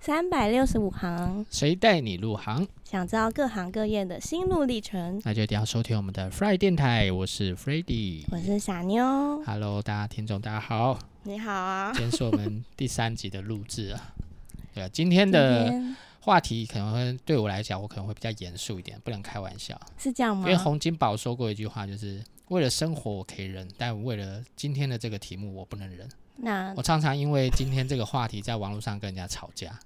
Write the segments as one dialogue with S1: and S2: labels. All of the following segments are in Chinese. S1: 三百六十五行，
S2: 谁带你入行？
S1: 想知道各行各业的心路历程。
S2: 那就一定要收听我们的 Fry 电台，我是 f r e d d y
S1: 我是傻妞，
S2: Hello，大家听众大家好，
S1: 你好啊。
S2: 今天是我们第三集的录制啊。对啊，今天
S1: 今
S2: 的
S1: 天
S2: 话题可能会对我来讲，我可能会比较严肃一点，不能开玩笑。
S1: 是这样
S2: 因
S1: 吗？
S2: 为洪金宝说过一句话，就是为了生活我可以忍，但为了今天的这个题目我不能忍。
S1: 那
S2: 我常常因为今天这个话题在网络上跟人家吵架，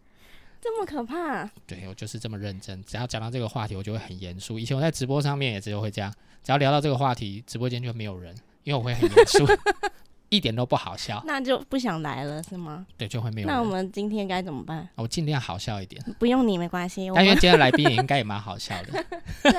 S1: 这么可怕，
S2: 对我就是这么认真。只要讲到这个话题，我就会很严肃。以前我在直播上面也只有会这样，只要聊到这个话题，直播间就没有人，因为我会很严肃， 一点都不好笑，
S1: 那就不想来了是吗？
S2: 对，就会没有人。
S1: 那我们今天该怎么办？
S2: 我尽量好笑一点，
S1: 不用你没关系，我
S2: 但因为
S1: 们
S2: 今天的来宾也应该也蛮好笑 的。
S1: 对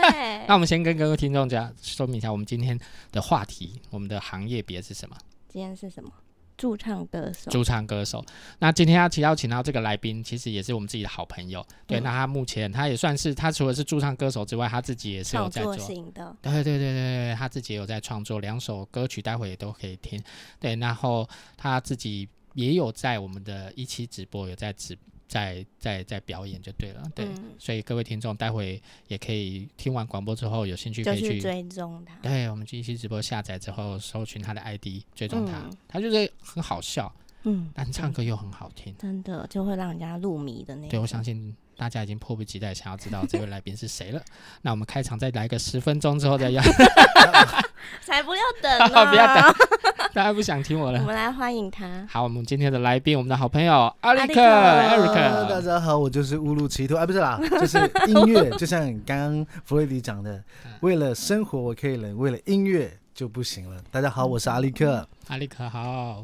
S2: 那。我们先跟各位听众家说明一下，我们今天的话题，我们的行业别是什么？
S1: 今天是什么？驻唱歌手。
S2: 驻唱歌手。那今天要请邀请到这个来宾，其实也是我们自己的好朋友。对，
S1: 嗯
S2: 那他目前他也算是他除了是驻唱歌手之外，他自己也是有
S1: 创
S2: 在
S1: 作
S2: 做。
S1: 型的，
S2: 对对对对对，他自己也有在创作两首歌曲，待会也都可以听。对，然后他自己也有在我们的一期直播有在直在在在表演就对了。对，
S1: 嗯
S2: 所以各位听众待会也可以听完广播之后有兴趣可
S1: 就
S2: 以
S1: 去
S2: 去
S1: 追踪他。
S2: 对，我们一期直播下载之后，搜寻他的 ID，追踪他，
S1: 嗯
S2: 他就是很好笑，
S1: 嗯，
S2: 但唱歌又很好听。
S1: 真的就会让人家入迷的那种。
S2: 对，我相信大家已经迫不及待想要知道这位来宾是谁了。那我们开场再来个十分钟之后再要，
S1: 才不要等啊呢！
S2: 不要等， 大家不想听我
S1: 我
S2: 了。
S1: 们来欢迎他。
S2: 好，我们今天的来宾，我们的好朋友阿
S1: 力
S2: 力
S1: 克
S2: 克
S1: Eric
S2: ，Eric，
S1: Hello，
S3: 大家好，我就是误入歧途啊，不 是啦，就是音乐，就像刚刚弗瑞迪讲的，
S2: 嗯
S3: 为了生活我可以忍，为了音乐就不行了。大家好，我是阿力克。
S2: 阿力克好。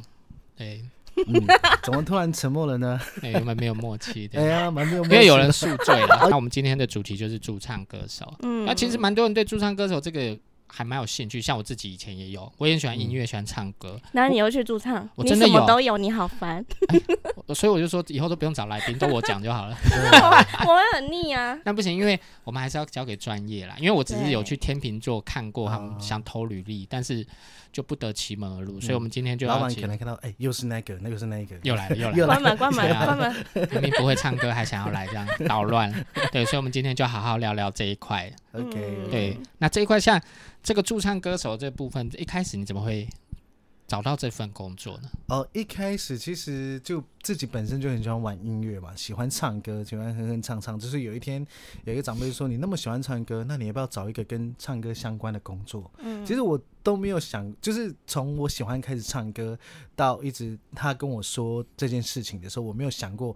S2: 对，
S3: 嗯，怎么突然沉默 了呢？
S2: 哎，我们没有默契
S3: 哎
S2: 的，
S3: 呀，蛮没有
S2: 因
S3: 默契的，
S2: 为有人宿醉了。那我们今天的主题就是驻唱歌手。
S1: 嗯，
S2: 那其实蛮多人对驻唱歌手这个还蛮有兴趣，像我自己以前也有，我也喜欢音乐，喜欢唱歌，
S1: 那你又去驻唱，
S2: 我
S1: 你
S2: 真的
S1: 什么
S2: 有
S1: 都有，你好 烦，
S2: 我所以我就说以后都不用找来宾，都我讲就好了。
S1: 我会很腻啊。
S2: 那不行，因为我们还是要交给专业啦。因为我只是有
S1: 对
S2: 去天秤座看过他们
S3: 哦
S2: 想投履历，但是就不得其门而入，所以我们今天就
S3: 嗯老
S2: 要
S3: 板
S2: 请
S3: 可能看到，哎，又是那个，那个是那个，
S2: 又来了又来
S3: 又
S2: 了，
S3: 来
S1: 关门，关门，
S2: 对 啊
S1: 关门。
S2: 明明不会唱歌还想要来这样捣乱， 对，所以我们今天就好好聊聊这一块。
S3: OK，
S2: 对，那这一块像这个驻唱歌手这部分，一开始你怎么会找到这份工作呢？
S3: 哦，一开始其实就自己本身就很喜欢玩音乐嘛，喜欢唱歌，喜欢哼哼唱唱。就是有一天有一个长辈说：“你那么喜欢唱歌，那你要不要找一个跟唱歌相关的工作？”
S1: 嗯
S3: 其实我都没有想，就是从我喜欢开始唱歌到一直他跟我说这件事情的时候，我没有想过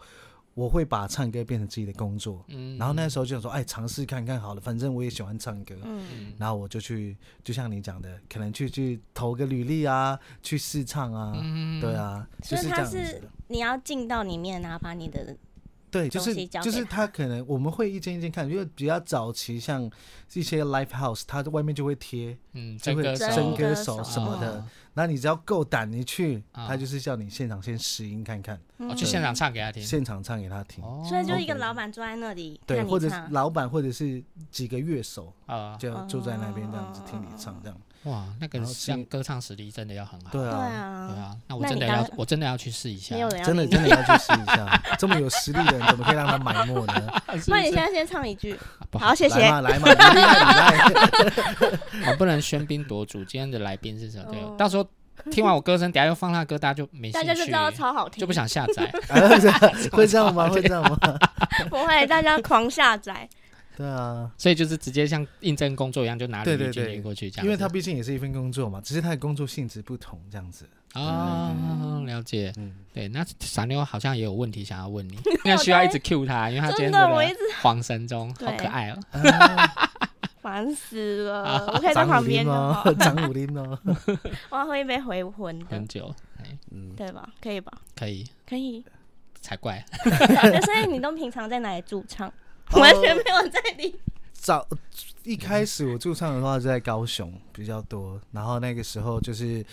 S3: 我会把唱歌变成自己的工作。
S2: 嗯，
S3: 然后那时候就想说：“哎，尝试看看好了，反正我也喜欢唱歌。”
S1: 嗯，
S3: 然后我就去，就像你讲的，可能去去投个履历啊，去试唱啊，
S2: 嗯
S3: 对，啊，就
S1: 所以
S3: 这
S1: 他
S3: 样子
S1: 是
S3: 的。
S1: 你要进到里面，然后把你的
S3: 对，就
S1: 东
S3: 是
S1: 西交
S3: 就
S1: 给
S3: 是
S1: 他
S3: 他可能我们会一间一间看，因为比较早期像一些 live house，它外面就会贴，
S2: 嗯，
S3: 就
S2: 真
S3: 会
S2: 歌
S3: 真
S2: 手
S3: 歌
S1: 歌手哦
S3: 手什么的
S2: 啊。
S3: 那你只要够胆，你去，他
S2: 啊
S3: 就是叫你现场先试音看看，
S2: 我
S1: 嗯，
S2: 哦去现场唱给他听。
S3: 现场唱给他听。
S2: 哦
S1: 所以就一个
S3: OK
S1: 老板坐在那里
S3: 对，
S1: 看
S3: 或
S1: 你
S3: 者是
S1: 唱。
S3: 老板或者是几个乐手
S2: 啊，
S3: 就坐在那边这样子听你
S1: 哦
S3: 唱这样。
S2: 哇，那个
S3: 然后
S2: 像
S3: 是
S2: 歌唱实力真的要很好。
S3: 对
S1: 对
S3: 啊，
S2: 对
S1: 啊，
S2: 啊，那我
S1: 那
S2: 真
S1: 你
S2: 的
S1: 当
S2: 要
S1: 然，
S2: 我啊真的要去试一下。
S1: 没有人要
S3: 真的
S1: 理你
S3: 真的要去试一下，这么有实力的人怎么可以让他埋没呢？
S2: 是
S1: 那你
S2: 是
S1: 现在先唱一句，
S2: 啊不好
S1: 好， 谢
S3: 来
S1: 谢。
S3: 嘛来嘛，你来你 来。
S2: 我不能喧宾夺主。今天的来宾是什么？对
S1: 哦，
S2: 到时候听完我歌声，等下又放他歌，大家就没 兴
S1: 大
S2: 趣，
S1: 家就知道超好听，
S2: 就不想下 载。
S3: 呃会这样吗？会这样吗？
S1: 不会，大家狂下载。
S3: 对啊，
S2: 所以就是直接像应征工作一样，就拿履
S3: 对
S2: 历
S3: 对
S2: 进
S3: 对
S2: 行过去这样子。
S3: 因为他毕竟也是一份工作嘛，只是他的工作性质不同这样子。
S2: 啊，了解。
S3: 嗯，
S2: 对，那傻妞好像也有问题想要 问你，那需要一直 Q 他，因为他今
S1: 真
S2: 天
S1: 的，我一
S2: 的
S1: 直
S2: 晃神中好
S1: 对
S2: 可爱
S3: 嗯
S2: 哦。
S1: 烦死
S2: 啊
S1: 了。我可以在
S3: 张
S1: 旁
S3: 武
S1: 边
S3: 林
S1: 就好
S3: 哦，， 张武 林哦，
S1: 我要喝一杯回魂的
S2: 很，久，哎，
S3: 嗯，
S1: 对吧？可以吧？
S2: 可以
S1: 可 以。啊
S2: 才怪。
S1: 那所以你都平常在哪里驻唱？
S2: 哦
S1: 完全没有在理。
S3: 哦早一开始我驻唱的话是在高雄比较多，然后那个时候就是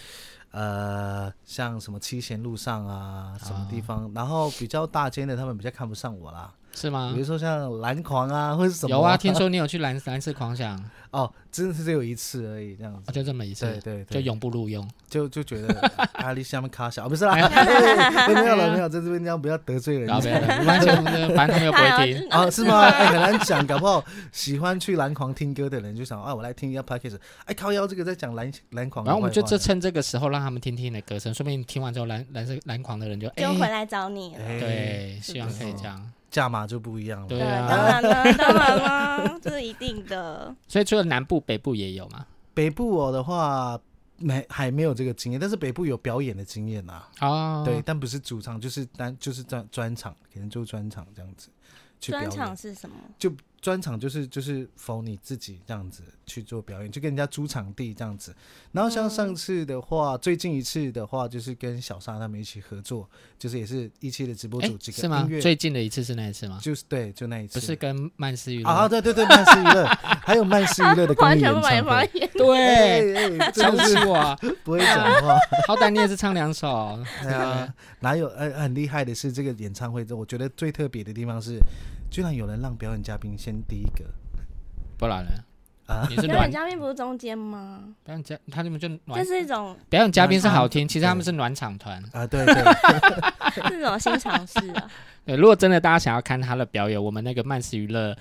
S3: 呃，
S2: 啊
S3: 像什么七贤路上啊，什么地方，然后比较大间的他们比较看不上我啦，
S2: 是吗
S3: 比如？说像蓝狂啊， 或者是什么、
S2: 有啊，听说你有去蓝蓝色狂想，
S3: 哦，真的是只有一次而已，这样
S2: 哦
S3: 子。
S2: 就这么一
S3: 对
S2: 次，
S3: 对
S2: 就
S3: 对，
S2: 永不录用。
S3: 就就觉得阿里下面卡小，啊不是 啦，没有了没有，在这边这样不要得罪人
S2: 然后不
S3: 家。
S2: 要 不要，完全不是，反正他们又不会听。
S3: 啊，是吗？哎、很难讲，搞不好喜欢去蓝狂听歌的人就想，啊，我来听一下 podcast，哎，靠腰这个在讲蓝蓝狂的
S2: 然后
S3: 坏话，
S2: 我们就这趁这个时候让他们听听你的歌声，说不定听完之后蓝蓝色蓝狂的人就哎
S1: 就，回来找你了。
S3: 哎
S2: 对，希望
S3: 是
S2: 可以
S3: 的
S2: 这样。
S3: 价码就不一样了。
S2: 对
S1: 对，
S2: 啊
S1: 当然啦，当然啦，这是一定的。
S2: 所以除了南部北部也有嘛。
S3: 北部我的话没还没有这个经验，但是北部有表演的经验啊，
S2: 哦，
S3: 对，，但不是主唱，就是单就是专专场，可能就专场这样子去表
S1: 专
S3: 演。
S1: 场是什么？
S3: 就专场就是就是否你自己这样子去做表演，就跟人家租场地这样子。然后像上次的话，最近一次的话就是跟小沙他们一起合作，就是也是一期的直播
S2: 哎
S3: 组，这
S2: 是
S3: 个音
S2: 吗？
S3: 乐，
S2: 最近的一次是那一次吗？
S3: 就是对，就那一次，
S2: 不是跟曼斯娱乐
S3: 啊，对对对，曼斯 娱乐，还有曼斯娱乐的公
S1: 完
S3: 益
S1: 全
S3: 演
S1: 不把你
S3: 唱
S1: 放
S3: 会
S1: 在，眼
S2: 对，
S3: 哎，哎
S2: 瞧
S3: 真
S2: 不
S3: 的
S2: 起
S3: 是
S2: 我，
S3: 不会讲 话，
S2: 啊好歹你也是唱两首，
S3: 对啊，哪有？呃，很厉害的是这个演唱会，我觉得最特别的地方是，居然有人让表演嘉宾先第一个
S2: 不然呢？
S3: 啊，
S2: 你是
S1: 表
S2: 暖
S1: 演嘉宾不是中间吗？
S2: 表演嘉，他们就
S1: 这
S2: 暖
S1: 是一种
S2: 表演嘉宾是好听，其实他们是暖场团。
S3: 啊，对对，
S1: 这是一种新尝试啊。
S2: 对，如果真的大家想要看他的表演，我们那个曼斯娱乐。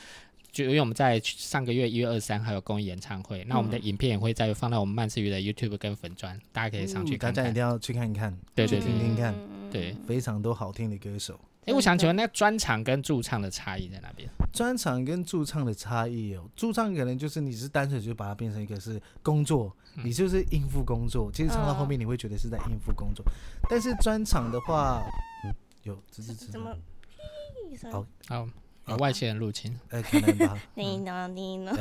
S2: 就因为我们在上个月一月二三还有公益演唱会，那我们的影片也会再放到我们曼斯娱的 YouTube 跟粉砖，大家可以上去
S3: 嗯大
S2: 看
S3: 家
S2: 看。
S3: 一定要去看一看，
S2: 对
S1: 嗯
S2: 对嗯
S3: 去听
S2: 对
S3: 听看，
S2: 对。
S3: 非常多好听的歌手。
S2: 哎、我想请问，那专场跟驻唱的差异在哪边？
S3: 专场跟驻唱的差异哦，驻唱可能就是你是单纯就把它变成一个是工作，
S2: 嗯
S3: 你就是应付工作。其实唱到后面你会觉得是在应付工
S2: 嗯
S3: 作，但是专场的话，嗯，有这这这
S1: 怎么？屁声
S3: 好
S2: 哦，
S3: 啊
S2: 有外星人入侵，
S3: 哎，可能 吧。
S1: 你呢？你呢？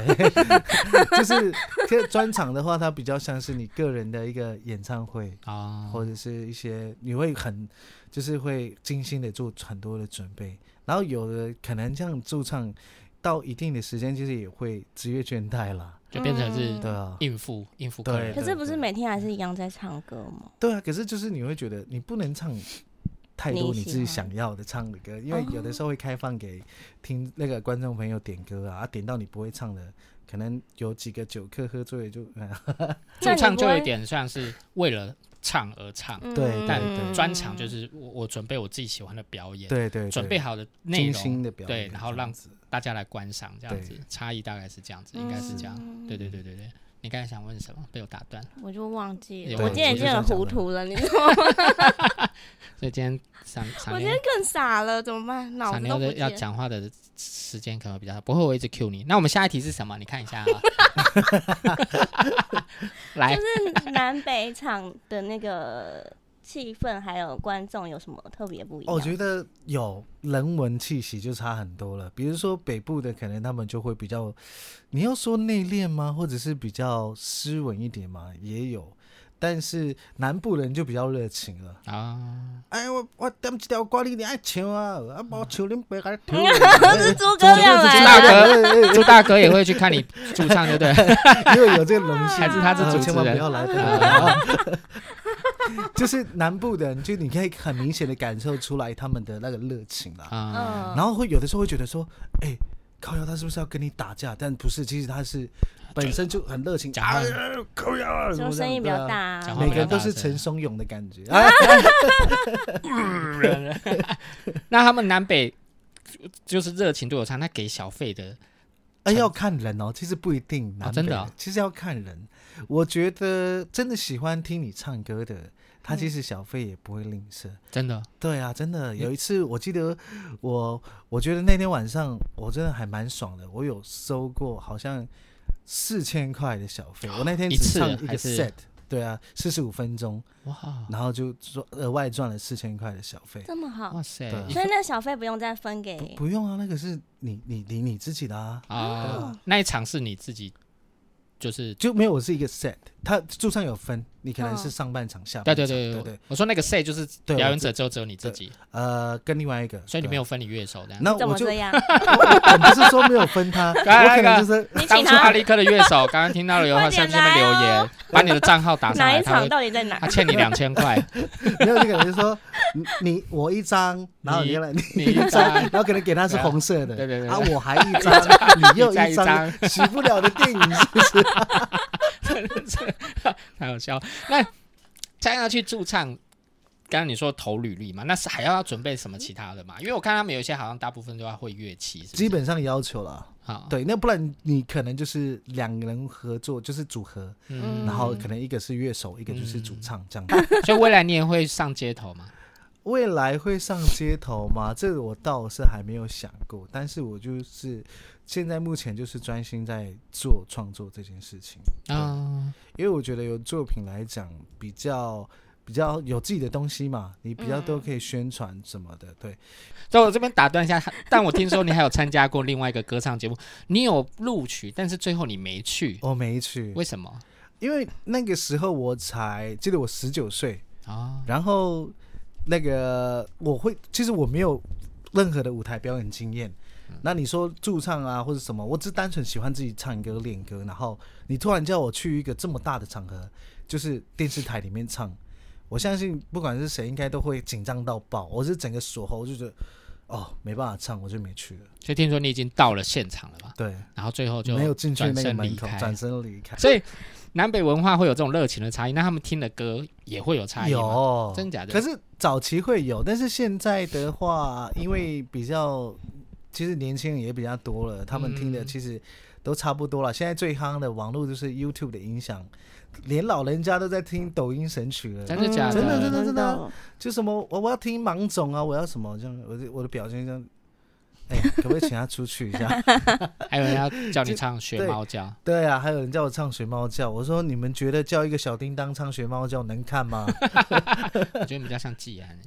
S3: 就是这个专场的话，它比较像是你个人的一个演唱会，
S2: 哦，
S3: 或者是一些你会很就是会精心的做很多的准备，然后有的可能这样驻唱到一定的时间，其实也会职业倦怠啦，
S2: 就变成是
S3: 对啊。
S2: 应付应付客人
S1: 可是不是每天还是一样在唱歌吗？
S3: 对啊，可是就是你会觉得你不能唱太多
S1: 你
S3: 你
S1: 喜
S3: 自己
S1: 欢
S3: 想要的唱的歌，因为有的时候会开放给听那个观众朋友点歌啊，啊点到你不会唱的，可能有几个酒客喝醉了就，
S2: 驻
S1: 那
S2: 唱
S1: 你不
S2: 就
S1: 会
S2: 有点像是为了唱而唱，
S1: 嗯
S3: 对
S2: 但
S3: 对
S2: 专场就是我我准备我自己喜欢的表演，
S3: 对对，
S2: 准
S3: 对
S2: 备好的内
S3: 精
S2: 容，
S3: 心的表
S2: 对
S3: 演这样子，
S2: 然后让大家来观赏，这样子
S3: 对
S2: 差异大概是这样子，应该是这
S1: 嗯
S2: 样。对对对对对，你刚才想问什么？被我打断了。
S1: 我就忘记
S2: 也
S1: 了，我
S2: 忘
S1: 今
S2: 记
S1: 天已
S3: 就
S1: 经很
S3: 是这样
S1: 糊
S3: 的
S1: 涂了，你知道吗？
S2: 所以今天闪
S1: 我今
S2: 闪妞
S1: 天更傻了，怎么办？脑
S2: 闪
S1: 子
S2: 妞
S1: 都不
S2: 的要
S1: 见。
S2: 讲话的时间可能会比较少，不会我一直 Q 你。那我们下一题是什么？你看一下啊， 来
S1: 就是南北场的那个气氛还有观众有什么特别不一
S3: 哦
S1: 样？
S3: 我觉得有人文气息就差很多了。比如说北部的，可能他们就会比较，你要说内敛吗？或者是比较斯文一点吗？也有。但是南部人就比较热情了。
S2: 啊，
S3: 哎，我我点一条歌，你爱唱啊，啊，无唱恁白来跳。
S1: 是诸葛亮来
S2: 大
S3: 啊
S1: 了，
S2: 哥，朱大哥也会去看你驻唱，对 不对？
S3: 因为有这个荣幸，
S2: 还是
S1: 啊
S2: 他是主持人
S3: 千万不要来。就是南部的人，就你可以很明显的感受出来他们的那个热情啦。
S2: 啊，
S1: 嗯，
S3: 然后会有的时候会觉得说，哎、靠腰他是不是要跟你打架？但不是，其实他是本身就很热情，
S2: 讲话
S3: 啊，靠腰啊，
S1: 嗯就声音比较大。嗯啊，
S2: 讲话
S3: 每个人都是陈松勇的感觉，啊、
S1: 嗯
S2: 那他们南北就是热情都有差，那给小费的
S3: 哎，要看人哦，其实不一定，南北
S2: 真的啊
S3: 其实要看人。我觉得真的喜欢听你唱歌的，
S1: 嗯
S3: 他其实小费也不会吝啬。
S2: 真的
S3: 对啊，
S2: 嗯
S3: 真的有一次，我记得我，我觉得那天晚上我真的还蛮爽的，我有收过好像四千块的小费，我那天
S2: 一
S3: 只
S2: 次啊
S3: 唱一
S2: 还
S3: 个
S2: 是
S3: set，对啊，四十五分钟，
S2: 哇
S3: 然后就赚额外赚了四千块的小费，
S1: 这么好，
S2: 哇塞
S3: 对啊
S2: 一
S1: 所以那小费不用再分给
S3: 不不用啊，那个是你你你你自己的啊，
S1: 哦
S2: 啊，那一场是你自己就是
S3: 就没有我是一个 set，他驻唱有分，你可能
S1: 嗯
S3: 是上半场、下
S2: 对
S3: 半场，
S2: 对
S3: 对
S2: 对对，我说那个 say 就是
S3: 对
S2: 表
S3: 我
S2: 演
S3: 知
S2: 者只有只有你自己，
S3: 呃，跟另外一个，
S2: 所以你
S3: 对啊
S2: 没有分你乐手的。
S3: 那
S1: 怎
S3: 我
S1: 么
S3: 就
S1: 这样？
S3: 我不是说没有分他，
S2: 来
S3: 我
S2: 来
S3: 可能就是
S1: 你
S2: 当
S1: 请
S2: 初阿
S1: 他
S2: 力克的乐手，刚刚听到了有话，
S1: 快
S2: 下
S1: 点
S2: 面留
S1: 来
S2: 言，把你的账号打上
S1: 哪
S2: 来，
S1: 一
S2: 他
S1: 场
S2: 会啊
S1: 到底在哪
S2: 他？欠你两千块，
S3: 没有，就可能是说你你我一张，然后
S2: 你
S3: 你来你
S2: 你一张，
S3: 然后可能给他是
S2: 对啊
S3: 红色的，
S2: 对对对
S3: 啊，我还一张，
S2: 张
S3: 你又
S2: 再一
S3: 张，洗不了的电影是不是？
S2: 太好笑了。那再要去驻唱，刚刚你说投履历嘛，那是还要准备什么其他的嘛？因为我看他们有一些好像大部分都要会乐器，是不是
S3: 基本上要求了，
S2: 好，
S3: 对，那不然你可能就是两个人合作，就是组合，
S2: 嗯，
S3: 然后可能一个是乐手，一个就是主唱这样。
S2: 所以未来你也会上街头嘛？
S3: 未来会上街头吗？这个我倒是还没有想过，但是我就是现在目前就是专心在做创作这件事情。
S2: 啊，
S3: 因为我觉得有作品来讲比较比较有自己的东西嘛，你比较都可以宣传什么的，对，
S2: 在我这边打断一下，但我听说你还有参加过另外一个歌唱节目，你有录取，但是最后你没去，
S3: 我没去，
S2: 为什么？
S3: 因为那个时候我才记得我十九岁，
S2: 啊，
S3: 然后那个我会，其实我没有任何的舞台表演经验。那你说驻唱啊或者什么，我只单纯喜欢自己唱歌练歌，然后你突然叫我去一个这么大的场合，就是电视台里面唱，我相信不管是谁应该都会紧张到爆。我是整个锁喉就觉得，哦，没办法唱，我就没去了。
S2: 所以听说你已经到了现场了吧？
S3: 对，
S2: 然后最后就
S3: 没有进去
S2: 转
S3: 那个
S2: 身离
S3: 门口，
S2: 开，
S3: 转身离开。
S2: 所以南北文化会有这种热情的差异，那他们听的歌也会有差异吗
S3: 有，
S2: 真假的
S3: 可是早期会有，但是现在的话，因为比较，其实年轻人也比较多了，他们听的
S2: 嗯
S3: 其实都差不多了。现在最夯的网络就是 YouTube 的影响，连老人家都在听抖音神曲了。
S2: 真的假的？
S3: 嗯真的真
S1: 真
S3: 的
S1: 的哦
S3: 真的，就什么我我要听芒种啊，我要什么这样，我的我的表情这样，哎、可不可以请他出去 一下？
S2: 还有人要叫你唱学猫叫，
S3: 对啊，还有人叫我唱学猫叫，我说你们觉得叫一个小叮当唱学猫叫能 看吗？
S2: 我觉得比较像季 安。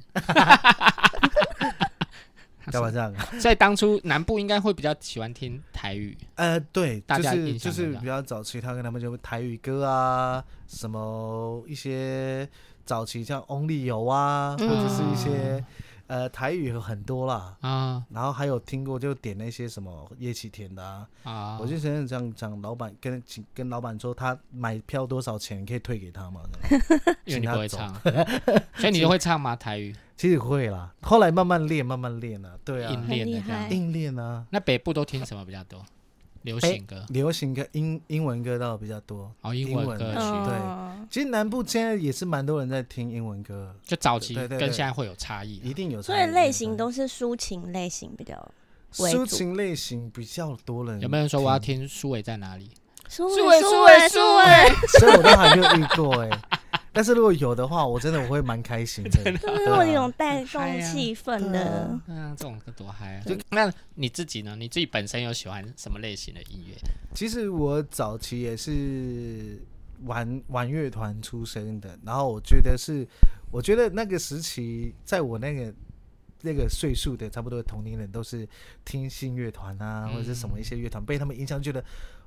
S3: 干嘛这样？
S2: 所以当初南部应该会比较喜欢听台语，
S3: 呃，对，
S2: 大
S3: 就
S2: 家
S3: 是
S2: 印
S3: 就
S2: 象
S3: 是
S2: 的
S3: 比较早期，他跟他们就台语歌啊，什么一些早期像 Only 有啊，或者是一些呃台语有很多啦。
S2: 啊
S3: 然后还有听过就点那些什么叶启田的啊，
S2: 啊！
S3: 我就前阵这样讲，老板跟请跟老板说他买票多少钱，你可以退给他嘛。这样
S2: 因为你不会唱， 所以你就会唱吗？台语
S3: 其实会啦，后来慢慢练，慢慢练啊，对啊
S2: 硬，练的
S1: 很
S2: 这
S1: 厉害
S2: 样。
S3: 硬练啊，
S2: 那北部都听什么比较多？流行歌
S3: 流行歌英英文歌倒比较多，
S2: 哦，英
S3: 英
S2: 文
S3: 文
S2: 歌曲，
S1: 嗯，
S3: 其实南部现在也是蛮多人在听英文歌，
S2: 就早期
S3: 对对
S2: 跟
S3: 对
S2: 现在会有差异啊
S3: 一
S2: 啦。
S3: 定有差
S1: 所
S3: 异。
S1: 以类型
S3: 对
S1: 都是抒情类型比较。为主
S3: 抒情类型比较多人。
S2: 有没有人说我要？听苏伟在哪里？
S1: 苏
S2: 苏伟苏伟苏伟
S1: 伟，
S3: 所以我都还没有遇过哎、 但是如果有的话，我真的我会蛮 开心的。
S1: 就是
S3: 对啊
S1: 有一种带
S2: 嗨
S1: 动
S2: 啊
S1: 气氛
S3: 对
S1: 的
S3: 啊。
S2: 嗯，这种歌多嗨啊！那你自己呢？你自己本身有喜欢什么类型的音乐？
S3: 其实我早期也是玩玩乐团出身的，然后我觉得是，我觉得那个时期，在我那个那个岁数的差不多的同龄人，都是听信乐团
S2: 嗯
S3: 啊，或者是什么一些乐团，被他们影响，觉得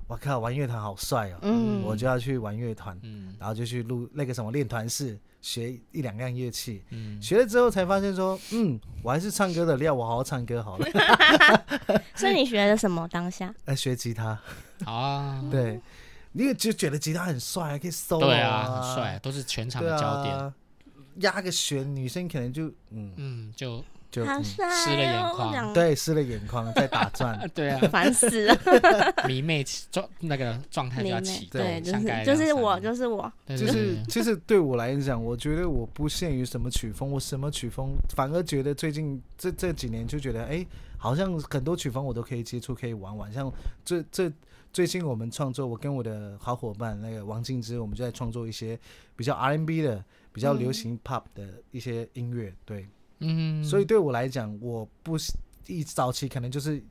S3: 哇靠，玩乐团好帅哦，
S1: 嗯，
S3: 我就要去玩乐团。
S2: 嗯
S3: 然后就去录那个什么练团式，学一两样乐器，
S2: 嗯，
S3: 学了之后才发现说，嗯，我还是唱歌的料，我好好唱歌好 了。
S1: 所以你学的什么？当下
S3: 呃，学吉他，
S2: 好啊，
S3: 对，你也就觉得吉他很帅，可以 solo
S2: 对
S3: 啊，
S2: 啊，很帅，都是全场
S3: 对
S2: 的焦点。
S3: 啊，压个弦，女生可能就嗯
S2: 嗯，就
S3: 就
S1: 好
S3: 嗯
S1: 帅哦，
S2: 湿了眼眶
S1: 这样，
S3: 对湿了眼眶在打转
S2: 啊，，对啊，
S1: 烦死 了。
S2: 迷妹状那个状态就
S1: 你
S2: 要
S1: 呢
S2: 起动，
S1: 对，就
S2: 像
S1: 是
S2: 盖
S1: 就
S2: 两
S1: 是
S2: 三
S1: 我，
S2: 年
S1: 就是我，
S2: 对
S3: 就
S2: 对
S3: 是
S2: 对
S3: 其实对我来讲，我觉得我不限于什么曲风，我什么曲风，反而觉得最近这这几年就觉得，哎，好像很多曲风我都可以接触，可以玩玩。像这这最近我们创作，我跟我的好伙伴那个王静之，我们就在创作一些比较 R&B 的、比较流行 pop 的一些音乐。对，
S2: 嗯，
S3: 所以对我来讲，我不是一早期可能就是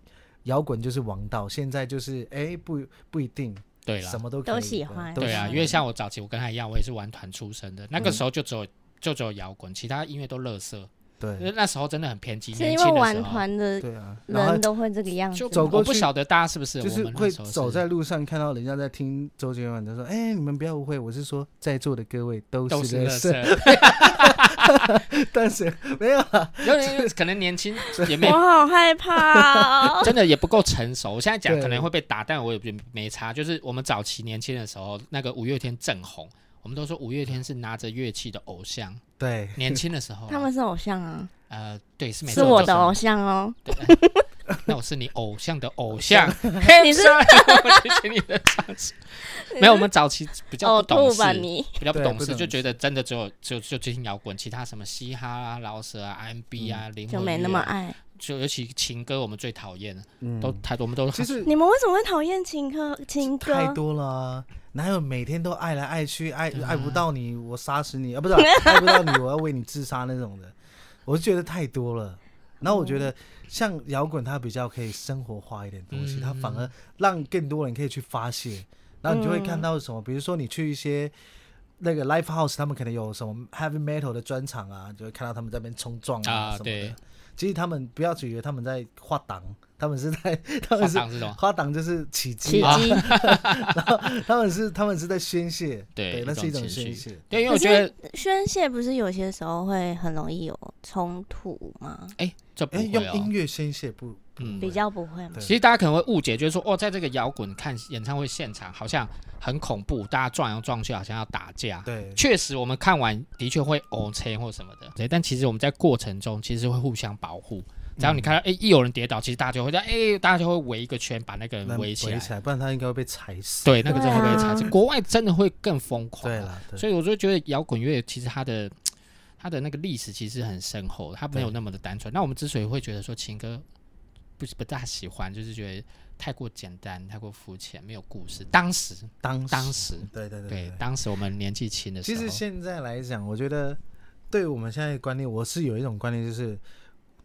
S3: 摇滚就是王道，现在就是哎不不一定，
S2: 对
S3: 什
S2: 了，
S3: 么都可以
S1: 都喜欢
S3: 都嗯
S2: 对啊，
S3: 喜
S2: 因为
S3: 欢
S2: 像我早期我跟他一样，我也是玩团出身的，那个时候就只有就只有摇滚，其他音乐都乐色，因为
S3: 对
S2: 那时候真的很偏激，
S1: 是
S2: 年
S1: 因
S2: 轻
S1: 为
S2: 的时候
S1: 玩团的
S3: 对啊，然后
S1: 人都会这个样子
S2: 就
S1: 吗，
S3: 走过
S2: 我不
S3: 去
S2: 晓得大家是不是，
S3: 就是
S2: 我们
S3: 会
S2: 那时候是
S3: 走在路上看到人家在听周杰伦的时候，哎、你们不要误会，我是说在座的各位都
S2: 都
S3: 是
S2: 是
S3: 人
S2: 乐色
S3: 生，， 但是没有啊啦，
S2: 有人可能年轻也没
S1: 我好害怕哦
S2: 。真的也不够成熟。我现在讲
S3: 对
S2: 可能会被打，但我也觉得没差。就是我们早期年轻的时候，那个五月天正红，我们都说五月天是拿着乐器的偶像。
S3: 对，
S2: 年轻的时候啊，
S1: 他们是偶像啊，
S2: 呃，对，是没
S1: 是
S2: 错，
S1: 我的偶
S2: 偶
S1: 像哦。
S2: 哎那我是你偶像的偶像，嘿
S1: 你是
S2: 我就请你的上 司。没有，我们早期比较
S1: 呕
S2: 不懂
S1: 吐
S2: 事，
S1: 吧你！
S2: 比较不
S3: 对
S2: 懂
S3: 不
S2: 事，
S3: 懂
S2: 就
S3: 事
S2: 觉得真的只有就就就听摇滚，其他什么嘻哈啊、饶舌啊、R&B
S3: 嗯
S2: 啊、灵
S1: 就
S2: 魂
S1: 没
S2: 乐
S1: 那么
S2: 啊，
S1: 爱。
S2: 就尤其情歌我们最讨厌，
S3: 嗯
S2: 都太多，我们都
S3: 其实
S1: 你们为什么会讨厌情歌？情
S3: 太
S1: 歌
S3: 多了啊、哪有每天都爱来爱去，爱、
S2: 对啊
S3: 爱不到你，我杀死你啊，不是啊爱不到你，我要为你自杀那种的，我就觉得太多了。然后我觉得像摇滚，它比较可以生活化一点东西，
S2: 嗯
S3: 它反而让更多人可以去发泄。然后你就会看到什么，比如说你去一些那个 live house，他们可能有什么 heavy metal 的专场啊，就会看到他们在那边冲撞
S2: 啊
S3: 什么
S2: 对
S3: 的。其实他们不要以为他们在画档，他们是在 他
S2: 放
S3: 们是
S2: 荡这种。
S3: 花档就是起
S1: 奇
S3: 鸡啊，
S1: 迹，
S3: 他们是他们是在宣泄，
S2: 对
S3: 那是
S2: 一
S3: 一
S2: 种
S3: 种
S2: 情绪
S3: 宣泄，
S2: 对，因为
S1: 可
S2: 我觉得，
S1: 宣泄不是有些时候会很容易有冲突吗？
S2: 哎，这不
S3: 哎，
S2: 会
S3: 用音
S2: 哦。
S3: 乐宣泄不
S2: 嗯
S1: 比较不会吗？
S3: 对
S2: 其实大家可能会误解，就是说，哦，在这个摇滚看演唱会现场好像很恐怖，大家撞来撞去，好像要打架。
S3: 对，
S2: 确实，我们看完的确会哦车或什么的，对。但其实我们在过程中其实会互相保护。只要你看到，哎、一有人跌倒，其实大家就会在，哎、大家就会围一个圈，把那个人
S3: 那
S2: 围起来。
S3: 起来，不然他应该会被踩死。
S2: 对，那个真的会被
S1: 对
S2: 踩
S1: 啊
S2: 死。国外真的会更疯狂。啊
S3: 对啦，对，
S2: 所以我就觉得摇滚乐其实它的它的那个历史其实很深厚，它没有
S3: 对
S2: 那么的单纯。那我们之所以会觉得说情歌不是不大喜欢，就是觉得太过简单、太过肤浅，没有故事。当时，
S3: 当
S2: 当时，
S3: 对对对
S2: 对
S3: 对，。
S2: 当时我们年纪轻的时
S3: 其
S2: 候，
S3: 实现在来讲，我觉得对我们现在的观念，我是有一种观念，就是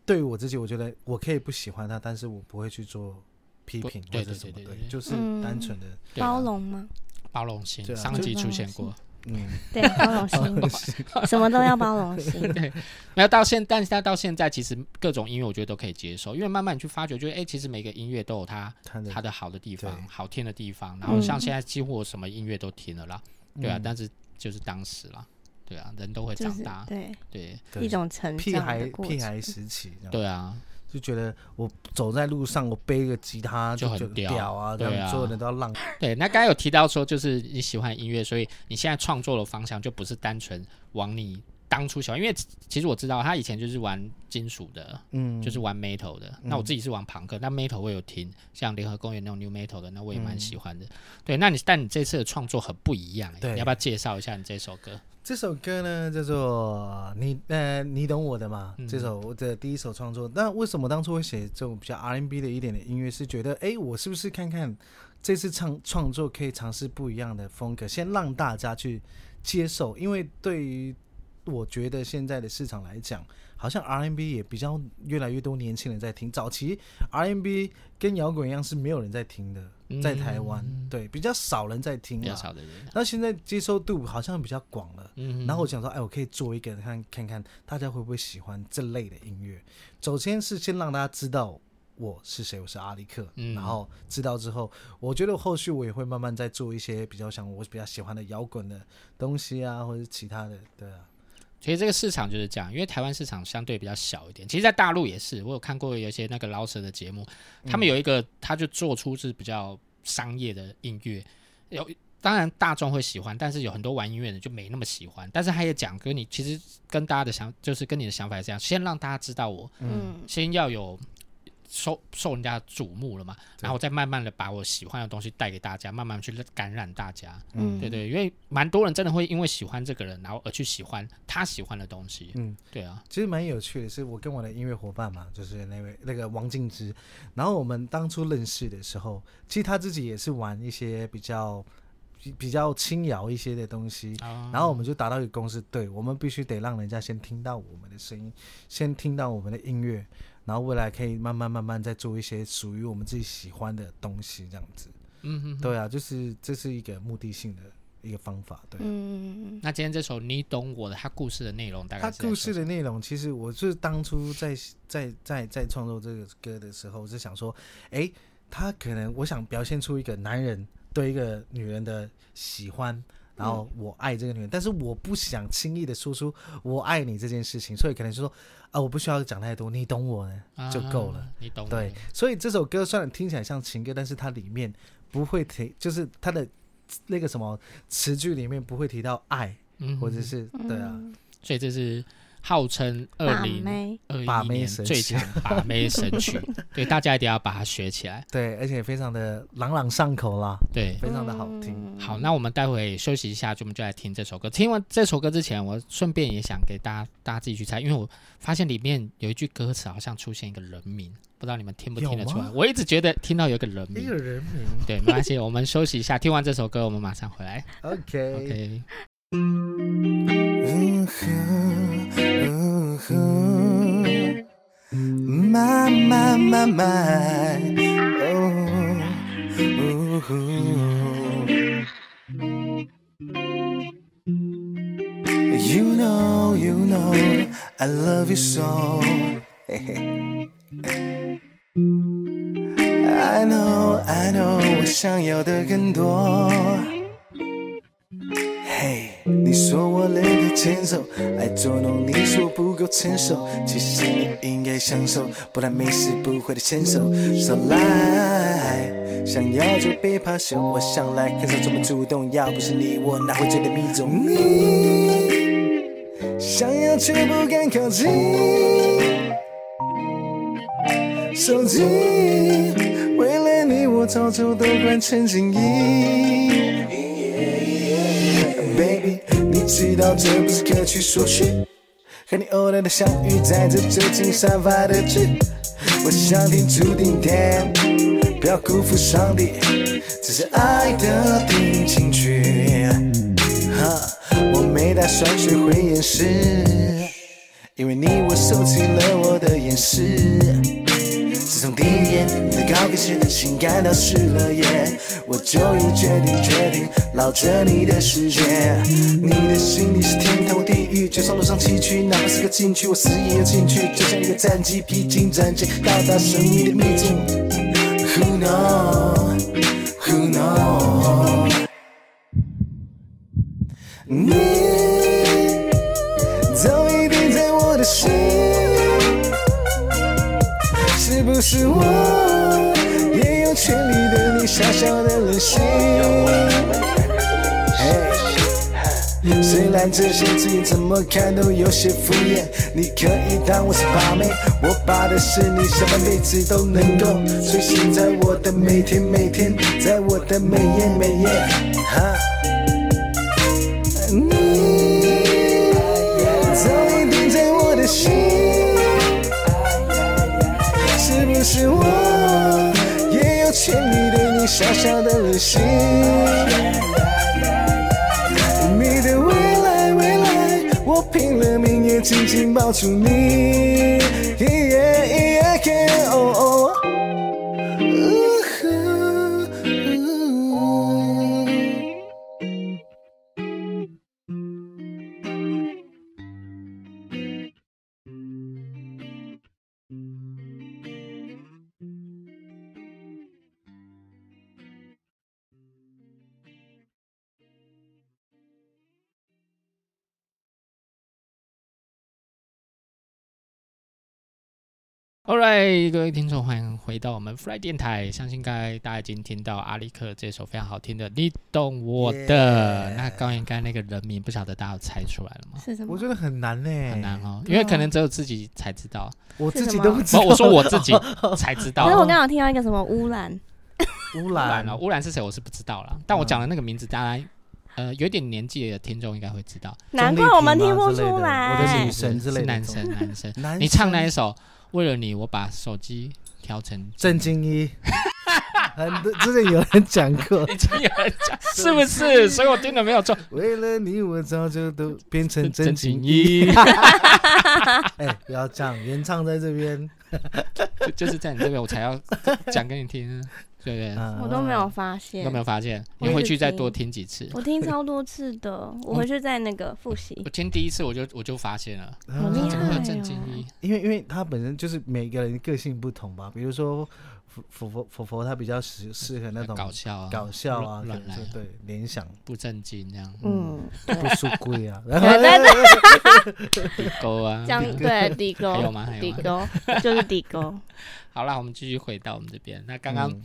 S3: 对于我自己，我觉得我可以不喜欢他，但是我不会去做批
S2: 不
S3: 评或
S2: 对
S3: 者
S2: 对
S3: 什么
S2: 对对
S3: 的
S2: 对，
S3: 就是
S1: 嗯
S3: 单纯的，
S2: 对啊
S1: 包容吗？
S2: 包容心，
S3: 对啊
S2: 上一
S1: 就
S2: 集
S1: 包
S2: 出
S1: 容
S2: 现
S1: 心
S2: 过。
S3: 嗯，
S1: 对，包容心，什么都要包容 心。
S2: 没有到现，但是它到现在其实各种音乐我觉得都可以接受，因为慢慢你去发觉，就是哎、其实每个音乐都有它
S3: 他的
S2: 它的好的地方
S3: 对、
S2: 好听的地方。然后
S1: 嗯
S2: 像现在几乎我什么音乐都听了啦，对啊，
S3: 嗯
S2: 但是就是当时啦，对啊，人都会
S1: 就
S2: 长
S1: 是
S2: 大，
S1: 对
S2: 对
S3: 对
S1: 一种成
S3: 屁
S1: 长
S3: 孩
S1: 的过
S3: 屁
S1: 程，
S3: 孩时期，这样
S2: 对啊，
S3: 就觉得我走在路上，我背个吉他
S2: 就很
S3: 觉得
S2: 屌
S3: 屌啊，
S2: 对啊
S3: 这样所有人都要浪。
S2: 对。那刚才有提到说，就是你喜欢音乐，所以你现在创作的方向就不是单纯往你当初喜欢，因为其实我知道他以前就是玩金属的，
S3: 嗯，
S2: 就是玩 metal 的。那我自己是玩朋克，那 metal 我有听，像联合公园那种 new metal 的，那我也蛮喜欢的。对，那你但你这次的创作很不一样、欸，
S3: 嗯对
S2: 你要不要介绍一下你这首歌？
S3: 这首歌呢叫做你呃你懂我的嘛，
S2: 嗯
S3: 这首我的第一首创作。那为什么当初会写这种比较 R&B 的一点的音乐？是觉得哎，我是不是看看这次唱创作可以尝试不一样的风格，先让大家去接受，因为对于我觉得现在的市场来讲，好像 R&B 也比较越来越多年轻人在听。早期 R&B 跟摇滚一样是没有人在听的，
S2: 嗯
S3: 在台湾、对比较少人在听
S2: 比较
S3: 啦。
S2: 少的人，
S3: 那现在接受度好像比较广了。
S2: 嗯
S3: 然后我想说，哎，我可以做一个看看看大家会不会喜欢这类的音乐。首先是先让大家知道我是谁，我是阿力克。
S2: 嗯
S3: 然后知道之后，我觉得后续我也会慢慢再做一些比较像我比较喜欢的摇滚的东西啊，或者是其他的，对啊，
S2: 所以这个市场就是这样，因为台湾市场相对比较小一点。其实，在大陆也是，我有看过有一些那个老舍的节目，他们有一个，他就做出是比较商业的音乐，有当然大众会喜欢，但是有很多玩音乐的就没那么喜欢。但是他也讲跟你其实跟大家的想，就是跟你的想法是这样，先让大家知道我，
S1: 嗯，
S2: 先要有受受人家瞩目了嘛，
S3: 对
S2: 然后再慢慢的把我喜欢的东西带给大家，慢慢去感染大家。
S1: 嗯
S2: 对对，因为蛮多人真的会因为喜欢这个人，然后而去喜欢他喜欢的东西。
S3: 嗯，
S2: 对啊，
S3: 其实蛮有趣的是，我跟我的音乐伙伴嘛，就是那位那个王静之，然后我们当初认识的时候，其实他自己也是玩一些比较比比较轻摇一些的东西，然后我们就达到一个共识，对我们必须得让人家先听到我们的声音，先听到我们的音乐，然后未来可以慢慢慢慢再做一些属于我们自己喜欢的东西，这样子。
S2: 嗯哼哼，
S3: 对啊，就是这是一个目的性的
S4: 一个方法。对，
S1: 嗯，
S2: 那今天这首《你懂我的》，它故事的内容大概
S4: 它
S2: 是在
S4: 故事
S2: 说
S4: 的内容，其实我是当初在在在在创作这个歌的时候，是想说，诶，他可能我想表现出一个男人对一个女人的喜欢，然后
S2: 嗯
S4: 我爱这个女人，但是我不想轻易的说出我爱你这件事情，所以可能是说，啊，我不需要讲太多，你懂我呢
S2: 啊
S4: 就够了。
S2: 你懂我
S4: 对
S2: 的，
S4: 所以这首歌虽然听起来像情歌，但是它里面不会提，就是它的那个什么词句里面不会提到爱，
S2: 嗯
S4: 或者是对啊，
S1: 嗯，
S2: 所以这是号称二
S1: 把
S2: 零
S1: 妹，
S2: 二
S4: 把
S2: 一
S4: 妹
S2: 年
S4: 神
S2: 最
S4: 曲
S2: 强把妹神曲，对大家一定要把它学起来。
S4: 对，而且非常的朗朗上口啦，
S2: 对，
S4: 非常的好听。
S1: 嗯
S2: 好，那我们待会休息一下，就我们就来听这首歌。听完这首歌之前，我顺便也想给大家大家自己去猜，因为我发现里面有一句歌词好像出现一个人名，不知道你们听不听得出
S4: 有
S2: 来
S4: 吗？
S2: 我一直觉得听到有一个人
S4: 一
S2: 名
S4: 个，人名
S2: 对，没关系，我们休息一下，听完这首歌，我们马上 回来。
S4: ，OK。
S2: OK，
S3: 嗯哼，嗯哼，慢慢慢慢，哦，呜呼。You know, you know, I love you so. I know, I know，我想要的更多。嘿，你说我累得牵手，爱捉弄你说不够成熟，其实你应该享受，不然没事不会的牵手。少来，想要就别怕羞，我向来很少这么主动，要不是你，我哪会追得迷踪？你想要却不敢靠近，手机为了你，我早就都关成静音。Baby，你知道这不是歌曲所需。和你偶然的相遇，在这酒精沙发的剧，我相信注定天，不要辜负上帝，这是爱的定情曲。哈，我没打算学会掩饰，因为你我收起了我的掩饰。自从第一眼你的高跟鞋性感到湿了眼，我就已决定决定绕着你的世界。你的心里是天堂，我地狱，就算路上崎岖，哪怕是个禁区，我死也要进去。就像一个战机披荆斩棘，到达神秘的秘境。Who know? Who know? 你早已定在我的心。是不是我也有权利对你小小的任性？嘿虽然这些字眼怎么看都有些敷衍，你可以当我是把妹，我把的是你什么妹子都能够睡醒在我的每天每天，在我的每夜每夜，哈。你早已定在我的心。是不是我也有权利对你小小的任性？你的未来，未来，我拼了命也紧紧抱住你。Yeah, yeah, yeah, oh, oh. 呜呼呜
S2: ，Alright，各位听众，欢迎回到我们 Fly 电台。相信刚才大家已经听到阿力克这首非常好听的《你懂我的》。
S4: Yeah
S2: 那刚才刚才那个人名，不晓得大家有猜出来了吗？
S1: 是什
S4: 我
S1: 么？
S4: 觉得很难呢、
S2: 很难哦，
S1: 对
S2: 因
S1: 啊
S2: 为可能只有自己才知道。
S4: 我
S1: 是
S4: 自己
S1: 什么
S4: 都不知
S2: 不，
S4: 道。
S2: 哦我说我自己 才知道
S1: 可。是我刚好听到一个什么污染，
S4: 污
S2: 污染
S4: 染
S2: 了，污染是谁我是不知道了，
S4: 嗯
S2: 但我讲的那个名字，大家呃有点年纪的听众应该会知道，
S1: 难怪我们听
S4: 中
S1: 不
S4: 立体
S1: 出
S4: 吗我的
S1: 来
S4: 女。神之类的
S2: 是男生男生。
S4: 男
S2: 你唱
S4: 生
S2: 那一首《为了你》，我把手机 调成
S4: 郑经一，很多之前有人讲过，
S2: 是不是？所以我听的没有错，
S4: 为了你我早就都变成郑经一。
S2: 一
S4: 哎、不要 这样，原唱在这边。
S2: 就就是在你这边我才要讲给你听啊。对对，
S3: 嗯
S1: 哎我都没有发现
S2: 都没，有发现，
S1: 我
S2: 你
S1: 一
S2: 回
S1: 直
S2: 去再
S1: 听
S2: 多听几次。
S1: 我听超多次
S2: 嗯
S1: 的，我回去再那个复习
S2: 我，听第一次我就我就发现了，
S1: 好厉
S2: 这怎么会
S1: 害
S2: 有郑经
S1: 哦！
S2: 一？
S3: 因为因为他本身就是每个人个性不同吧，比如说佛佛佛佛佛他比较适适合那种
S2: 搞笑啊，
S3: 搞笑啊，可
S2: 乱
S3: 能
S2: 乱
S3: 就
S2: 来，
S3: 对联想
S2: 不正经这样，
S1: 嗯，
S3: 不输 贵啊，
S1: 对对对，
S2: 地沟啊
S1: 这，样
S3: 嗯
S1: 对底
S2: 还有
S1: 沟，
S2: 吗？还有
S1: 底
S2: 吗？
S1: 沟就是底 沟，
S2: 好啦，我们继续回到我们这边。那刚
S3: 嗯
S2: 刚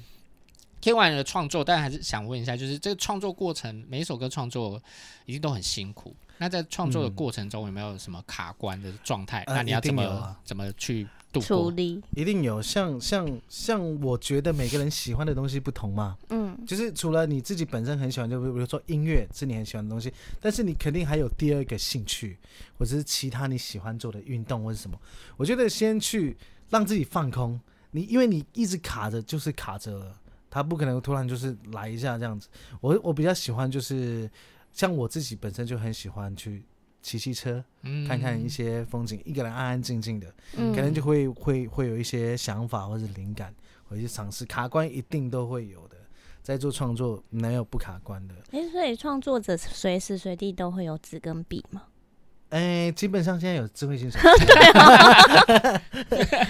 S2: 听完你的创作，但还是想问一下，就是这个创作过程，每一首歌创作一定都很辛苦。那在创作的
S3: 嗯
S2: 过程中，有没有什么卡关的状态？
S3: 呃
S2: 那你要
S3: 一定
S2: 怎么、
S3: 有啊
S2: 怎么去度
S1: 处
S2: 过？
S1: 理，
S3: 一定有像像像，我觉得每个人喜欢的东西不同嘛，
S1: 嗯，
S3: 就是除了你自己本身很喜欢，就比如说音乐是你很喜欢的东西，但是你肯定还有第二个兴趣，或者是其他你喜欢做的运动或是什么。我觉得先去让自己放空，你因为你一直卡着就是卡着了，他不可能突然就是来一下这样子。我我比较喜欢就是像我自己本身就很喜欢去骑骑车，
S2: 嗯
S3: 看看一些风景，一个人安安静静的。
S1: 嗯
S3: 可能就会会会有一些想法或者灵感，回去尝试。卡关一定都会有的，在做创作没有不卡关的。
S1: 哎、所以创作者随时随地都会有纸跟笔嘛？
S3: 哎，基本上现在有智慧型手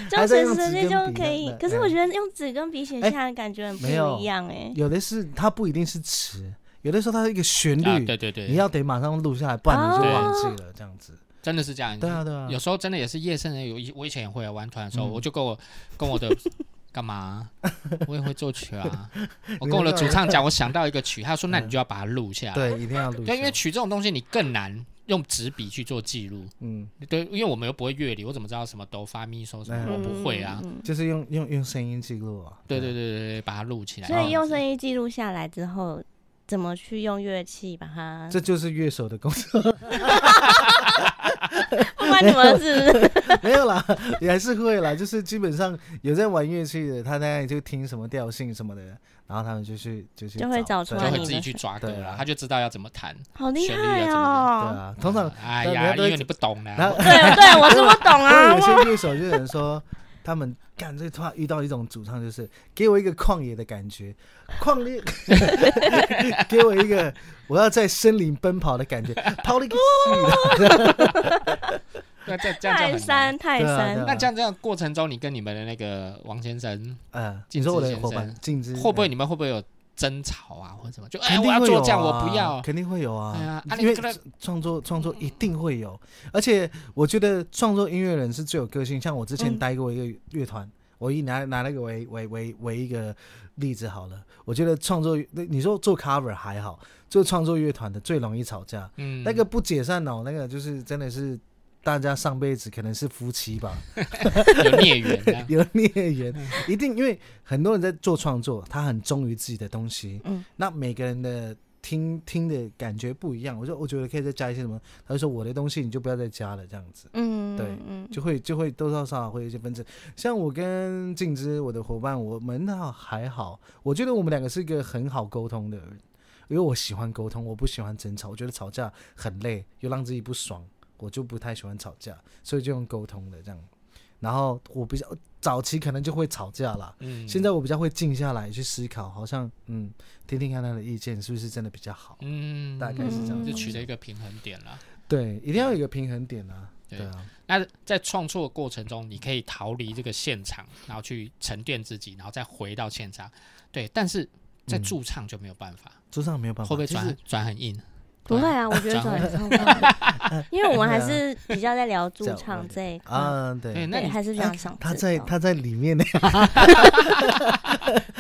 S1: 就
S3: 还在
S1: 随
S3: 用
S1: 时随地
S3: 纸跟
S1: 啊就
S3: 笔
S1: 可
S3: 呢
S1: 以
S3: 那。
S1: 可是
S3: 嗯
S1: 我觉得用纸跟笔写下来感觉很不
S3: 没有
S1: 一样哎、
S3: 机，有的是它不一定是词，有的时候它是一个旋律，
S2: 啊，对对对，
S3: 你要得马上录下来，不然你就
S2: 哦
S3: 忘记了这样子。
S2: 真的是这样。
S3: 对啊，对啊，
S2: 哦有时候真的也是夜深人，有一我以前也会啊玩团的时候，
S3: 嗯
S2: 我就跟我跟我的 干嘛 啊、我也会作曲啊。我跟我的主唱讲，我想到一个曲，他说那你就要把它录下来。
S3: 对，一定要录下 来。
S2: 对，因为曲这种东西你更难用纸笔去做记录。
S3: 嗯，
S2: 对，因为我们又不会乐理，我怎么知道什么哆发咪嗦什么？
S3: 嗯
S2: 我不会啊。
S1: 嗯嗯
S3: 就是用用用声音记录啊。
S2: 对对对对对，把它录起来。
S1: 所以用声
S2: 音
S1: 音记录下来之后，怎么去用乐器把它？
S3: 这就是乐手的工作，
S1: 不管你们是
S3: 没有啦，也还是会啦。就是基本上有在玩乐器的，他大概就听什么调性什么的，然后他们就去就去
S1: 就会找出
S2: 就
S1: 来
S2: 会
S1: 你
S2: 自己
S1: 的
S2: 去抓歌
S3: 对
S2: 了
S3: 啊，
S2: 他就知道要怎么弹。
S1: 好厉
S2: 旋律啊
S1: 害
S2: 怎
S3: 对
S2: 么
S1: 哦、
S3: 啊，通常
S2: 哎
S3: 大
S2: 呀，
S3: 家都
S2: 因
S3: 会
S2: 为你不懂
S3: 然
S2: 啦
S3: 后。
S1: 对对，我是不懂 啊，
S3: 因为有
S1: 我
S3: 些乐手就有人说，他们干这突然遇到一种主唱，就是给我一个旷野的感觉，旷野，给我一个我要在森林奔跑的感觉，跑了一个屁啦！
S2: 那这这样就
S1: 泰
S2: 很难
S1: 山泰
S3: 对啊对
S1: 山
S3: 啊
S2: 那这样这样过程中，你跟你们的那个王先生，
S3: 嗯，
S2: 禁
S3: 你
S2: 止
S3: 说我的
S2: 先
S3: 伙伴
S2: 生
S3: 禁止
S2: 会不会你们会不会有争吵啊，或者什么？就
S3: 肯
S2: 哎，
S3: 定
S2: 我要
S3: 会有
S2: 做这样，
S3: 啊
S2: 我不要。
S3: 肯定会有啊。
S2: 哎呀，啊
S3: 因
S2: 你
S3: 为
S2: 可能
S3: 创作创作一定会有，而且我觉得创作音乐人是最有个性。像我之前
S1: 嗯
S3: 待过一个乐团，我以拿拿那个为为为为一个例子好了。我觉得创作，那你说做 cover 还好，做创作乐团的最容易吵架，
S2: 嗯
S3: 那个不解散哦，那个就是真的是大家上辈子可能是夫妻吧，
S2: 有孽缘这样
S3: 有孽缘，一定因为很多人在做创作，他很忠于自己的东西，
S1: 嗯，
S3: 那每个人的听听的感觉不一样，我说我觉得可以再加一些什么，他就说我的东西你就不要再加了，这样子
S1: 嗯，
S3: 对
S1: 嗯，
S3: 就会就会多多少少会有一些纷争。像我跟静之我的伙伴，我们那还好，我觉得我们两个是一个很好沟通的人，因为我喜欢沟通，我不喜欢争吵，我觉得吵架很累，又让自己不爽，我就不太喜欢吵架，所以就用沟通的这样。然后我比较早期可能就会吵架啦，
S2: 嗯
S3: 现在我比较会静下来去思考，好像嗯，听听看他的意见是不是真的比较好？
S2: 嗯
S3: 大概是这样
S1: 子
S2: 就取得一个平衡点了。
S3: 对，一定要有一个平衡点啊。
S2: 对
S3: 对啊，
S2: 那在创作的过程中，你可以逃离这个现场，然后去沉淀自己，然后再回到现场。对，但是在
S3: 嗯
S2: 驻唱就没有办法，
S3: 桌上没嗯有办法，
S2: 会不会
S3: 就
S2: 转
S3: 是
S2: 转很硬？
S1: 不会啊，我觉得
S2: 转
S1: 转
S2: 会
S1: 得 超快的因为我们还
S3: 对啊
S1: 是比较在聊驻
S3: 这样
S1: 唱
S3: 会
S1: 这一块，
S3: 啊？对
S2: 对，，哎那
S1: 对，
S2: 你
S1: 还是非常想
S3: 他
S1: 知
S3: 在
S1: 道
S3: 他在里面呢，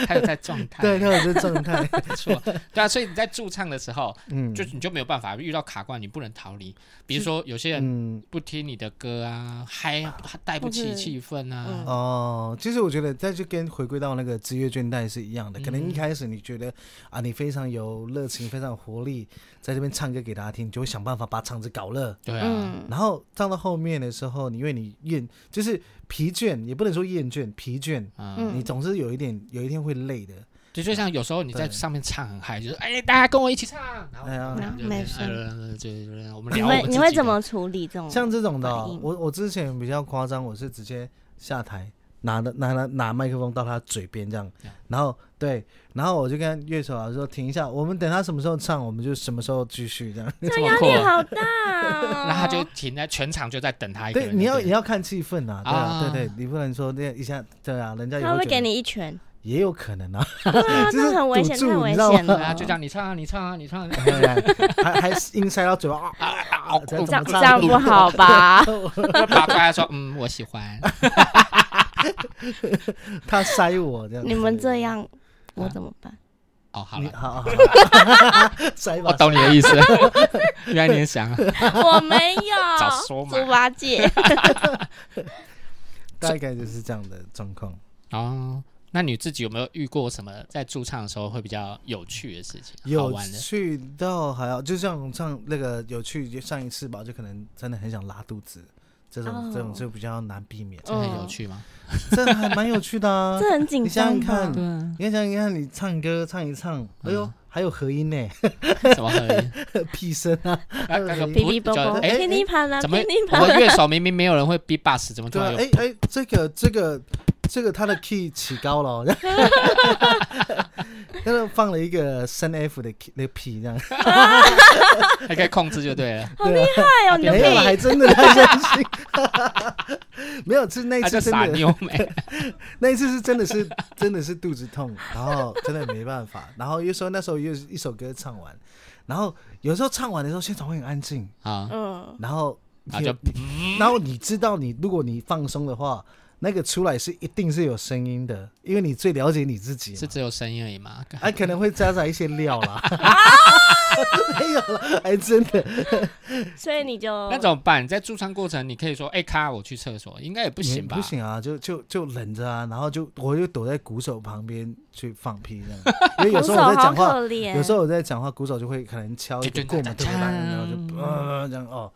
S2: 他有在状态，
S3: 对，他有这状 态，
S2: 没错，对啊，所以你在驻唱的时候，
S3: 嗯，
S2: 就你就没有办法遇到卡关，你不能逃离。比如说有些人
S3: 嗯
S2: 不听你的歌啊，嗨啊，带不起
S1: 或是
S2: 气氛啊
S1: 嗯，
S3: 哦，其实我觉得再去跟回归到那个职业倦怠是一样的，可能一
S2: 嗯
S3: 开始你觉得啊，你非常有热情，非常有活力，在这边唱歌给大家听，你就会想办法把场子搞热，
S2: 对啊，
S1: 嗯，
S3: 然后唱到后面的时候，你因为你厌，就是疲倦，也不能说厌倦，疲倦，
S2: 嗯，
S3: 你总是有一点，有一天会累的。
S2: 对，就像有时候你在
S3: 对
S2: 上面唱很嗨，就是哎，大家跟我一起唱，然后
S3: 哎呀
S1: 然后嗯没事
S2: 呃对，对对我们
S1: 你
S2: 聊我们
S1: 会
S2: 自己
S1: 你
S2: 的
S1: 会怎么处理这种？
S3: 像这种的哦、
S1: 反应
S3: 我我之前比较夸张，我是直接下台拿的拿拿拿麦克风到他嘴边这样
S2: 这样，
S3: 然后对，然后我就跟乐手啊说停一下，我们等他什么时候唱，我们就什么时候继 续这样。
S2: 这
S1: 这
S2: 么
S1: 压
S2: 酷
S1: 力
S2: 哦，
S1: 好大哦。
S2: 然后他就停在全场就在等他一个
S3: 对，
S2: 人。
S3: 你要
S2: 对
S3: 也要看气氛啊，对啊，
S2: 啊
S3: 对对，你不能说那一下，对啊，人家也
S1: 他会不会
S3: 会觉
S1: 给
S3: 得
S1: 你一拳？
S3: 也有可 能啊，
S1: 对啊，
S3: 就是
S1: 这很危
S3: 堵
S1: 险，
S3: 住
S1: 太
S3: 你
S1: 危
S3: 知道
S1: 险
S3: 吗
S1: 了。
S2: 啊，就这样，你唱啊，你唱啊，你唱啊。
S3: 还还阴塞到嘴巴， 啊啊啊
S1: 这
S2: 这
S1: 样
S3: 怎么
S1: 这
S3: 唱
S1: 样不 好吧？
S2: 拔出来说，嗯，我喜欢。
S3: 他塞我这样 子。
S1: 你们这样，我怎么 办？
S2: 哦，好
S3: 你，
S2: 了，
S3: 好好好，塞
S2: 我
S3: 吧。
S2: 懂你的意 思。原来你也想啊，
S1: 我没有
S2: 早说嘛
S1: 猪八 戒，
S3: 大概就是这样的状况。
S2: 哦，那你自己有没有遇过什么在驻唱的时候会比较有趣的事情？好
S3: 有
S2: 玩的
S3: 趣到还要，就像上那个有趣，就上一次吧，就可能真的很想拉肚子，这种、
S1: 哦
S3: 这种就比较难避免，
S2: 真的很
S1: 嗯
S2: 有趣吗？
S3: 这还蛮有趣的 啊。
S1: 这很紧
S3: 你想想
S1: 张吧。
S3: 看，
S2: 啊，
S3: 你想想看，你唱歌唱一唱，
S2: 嗯
S3: 哎呦，还有合音呢，
S2: 怎么会？
S3: 屁声啊，
S2: 那那个
S1: 哔
S2: 不
S1: 哔啵
S2: 就
S1: 啵，
S2: 哎，
S1: 噼里啪啦，
S2: 怎么
S1: 噼里
S2: 我
S1: 啪
S2: 们
S1: 啦。
S2: 乐手明明没有人会 B box，怎么突
S3: 对
S2: 然有
S3: 啊，哎哎，这个这个这个他的 key 起高了 哦，他就放了一个升 F 的 key 那个 P 这样，
S2: 还可以控制就对了。
S1: 好厉害哦，你的
S3: 啊没有，还
S1: 屁！
S3: 真的他相信， 没有是那一
S2: 他
S3: 次
S2: 就
S3: 真
S2: 傻
S3: 的。
S2: 妞没，
S3: 那一次是真的是 真的是肚子痛，然后真的没办法，然后又说那时候又是一首歌唱完，然后有时候唱完的时候现场会很安静，
S2: 啊，
S1: 嗯，
S3: 然后
S2: 然后就
S3: 你然后你知道你如果你放松的话，那个出来是一定是有声音的，因为你最了解你自己
S2: 是
S3: 嘛，
S2: 只有声音而已嘛。
S3: 啊可能会夹杂一些料 啦，没有了，还真的
S1: 所以你就
S2: 那怎么办？你在驻唱过程，你可以说，哎，咔，我去厕所，应该也不
S3: 不
S2: 行吧？
S3: 不，行啊，就就就忍着啊，然后就我就躲在鼓手旁边去放屁这样， 因为有
S1: 鼓
S3: 时
S1: 手
S3: 候我在
S1: 好
S3: 讲话。
S1: 可怜，
S3: 有时候我在讲话，鼓手就会可能敲一个过门对不啦，然后就呃这样哦，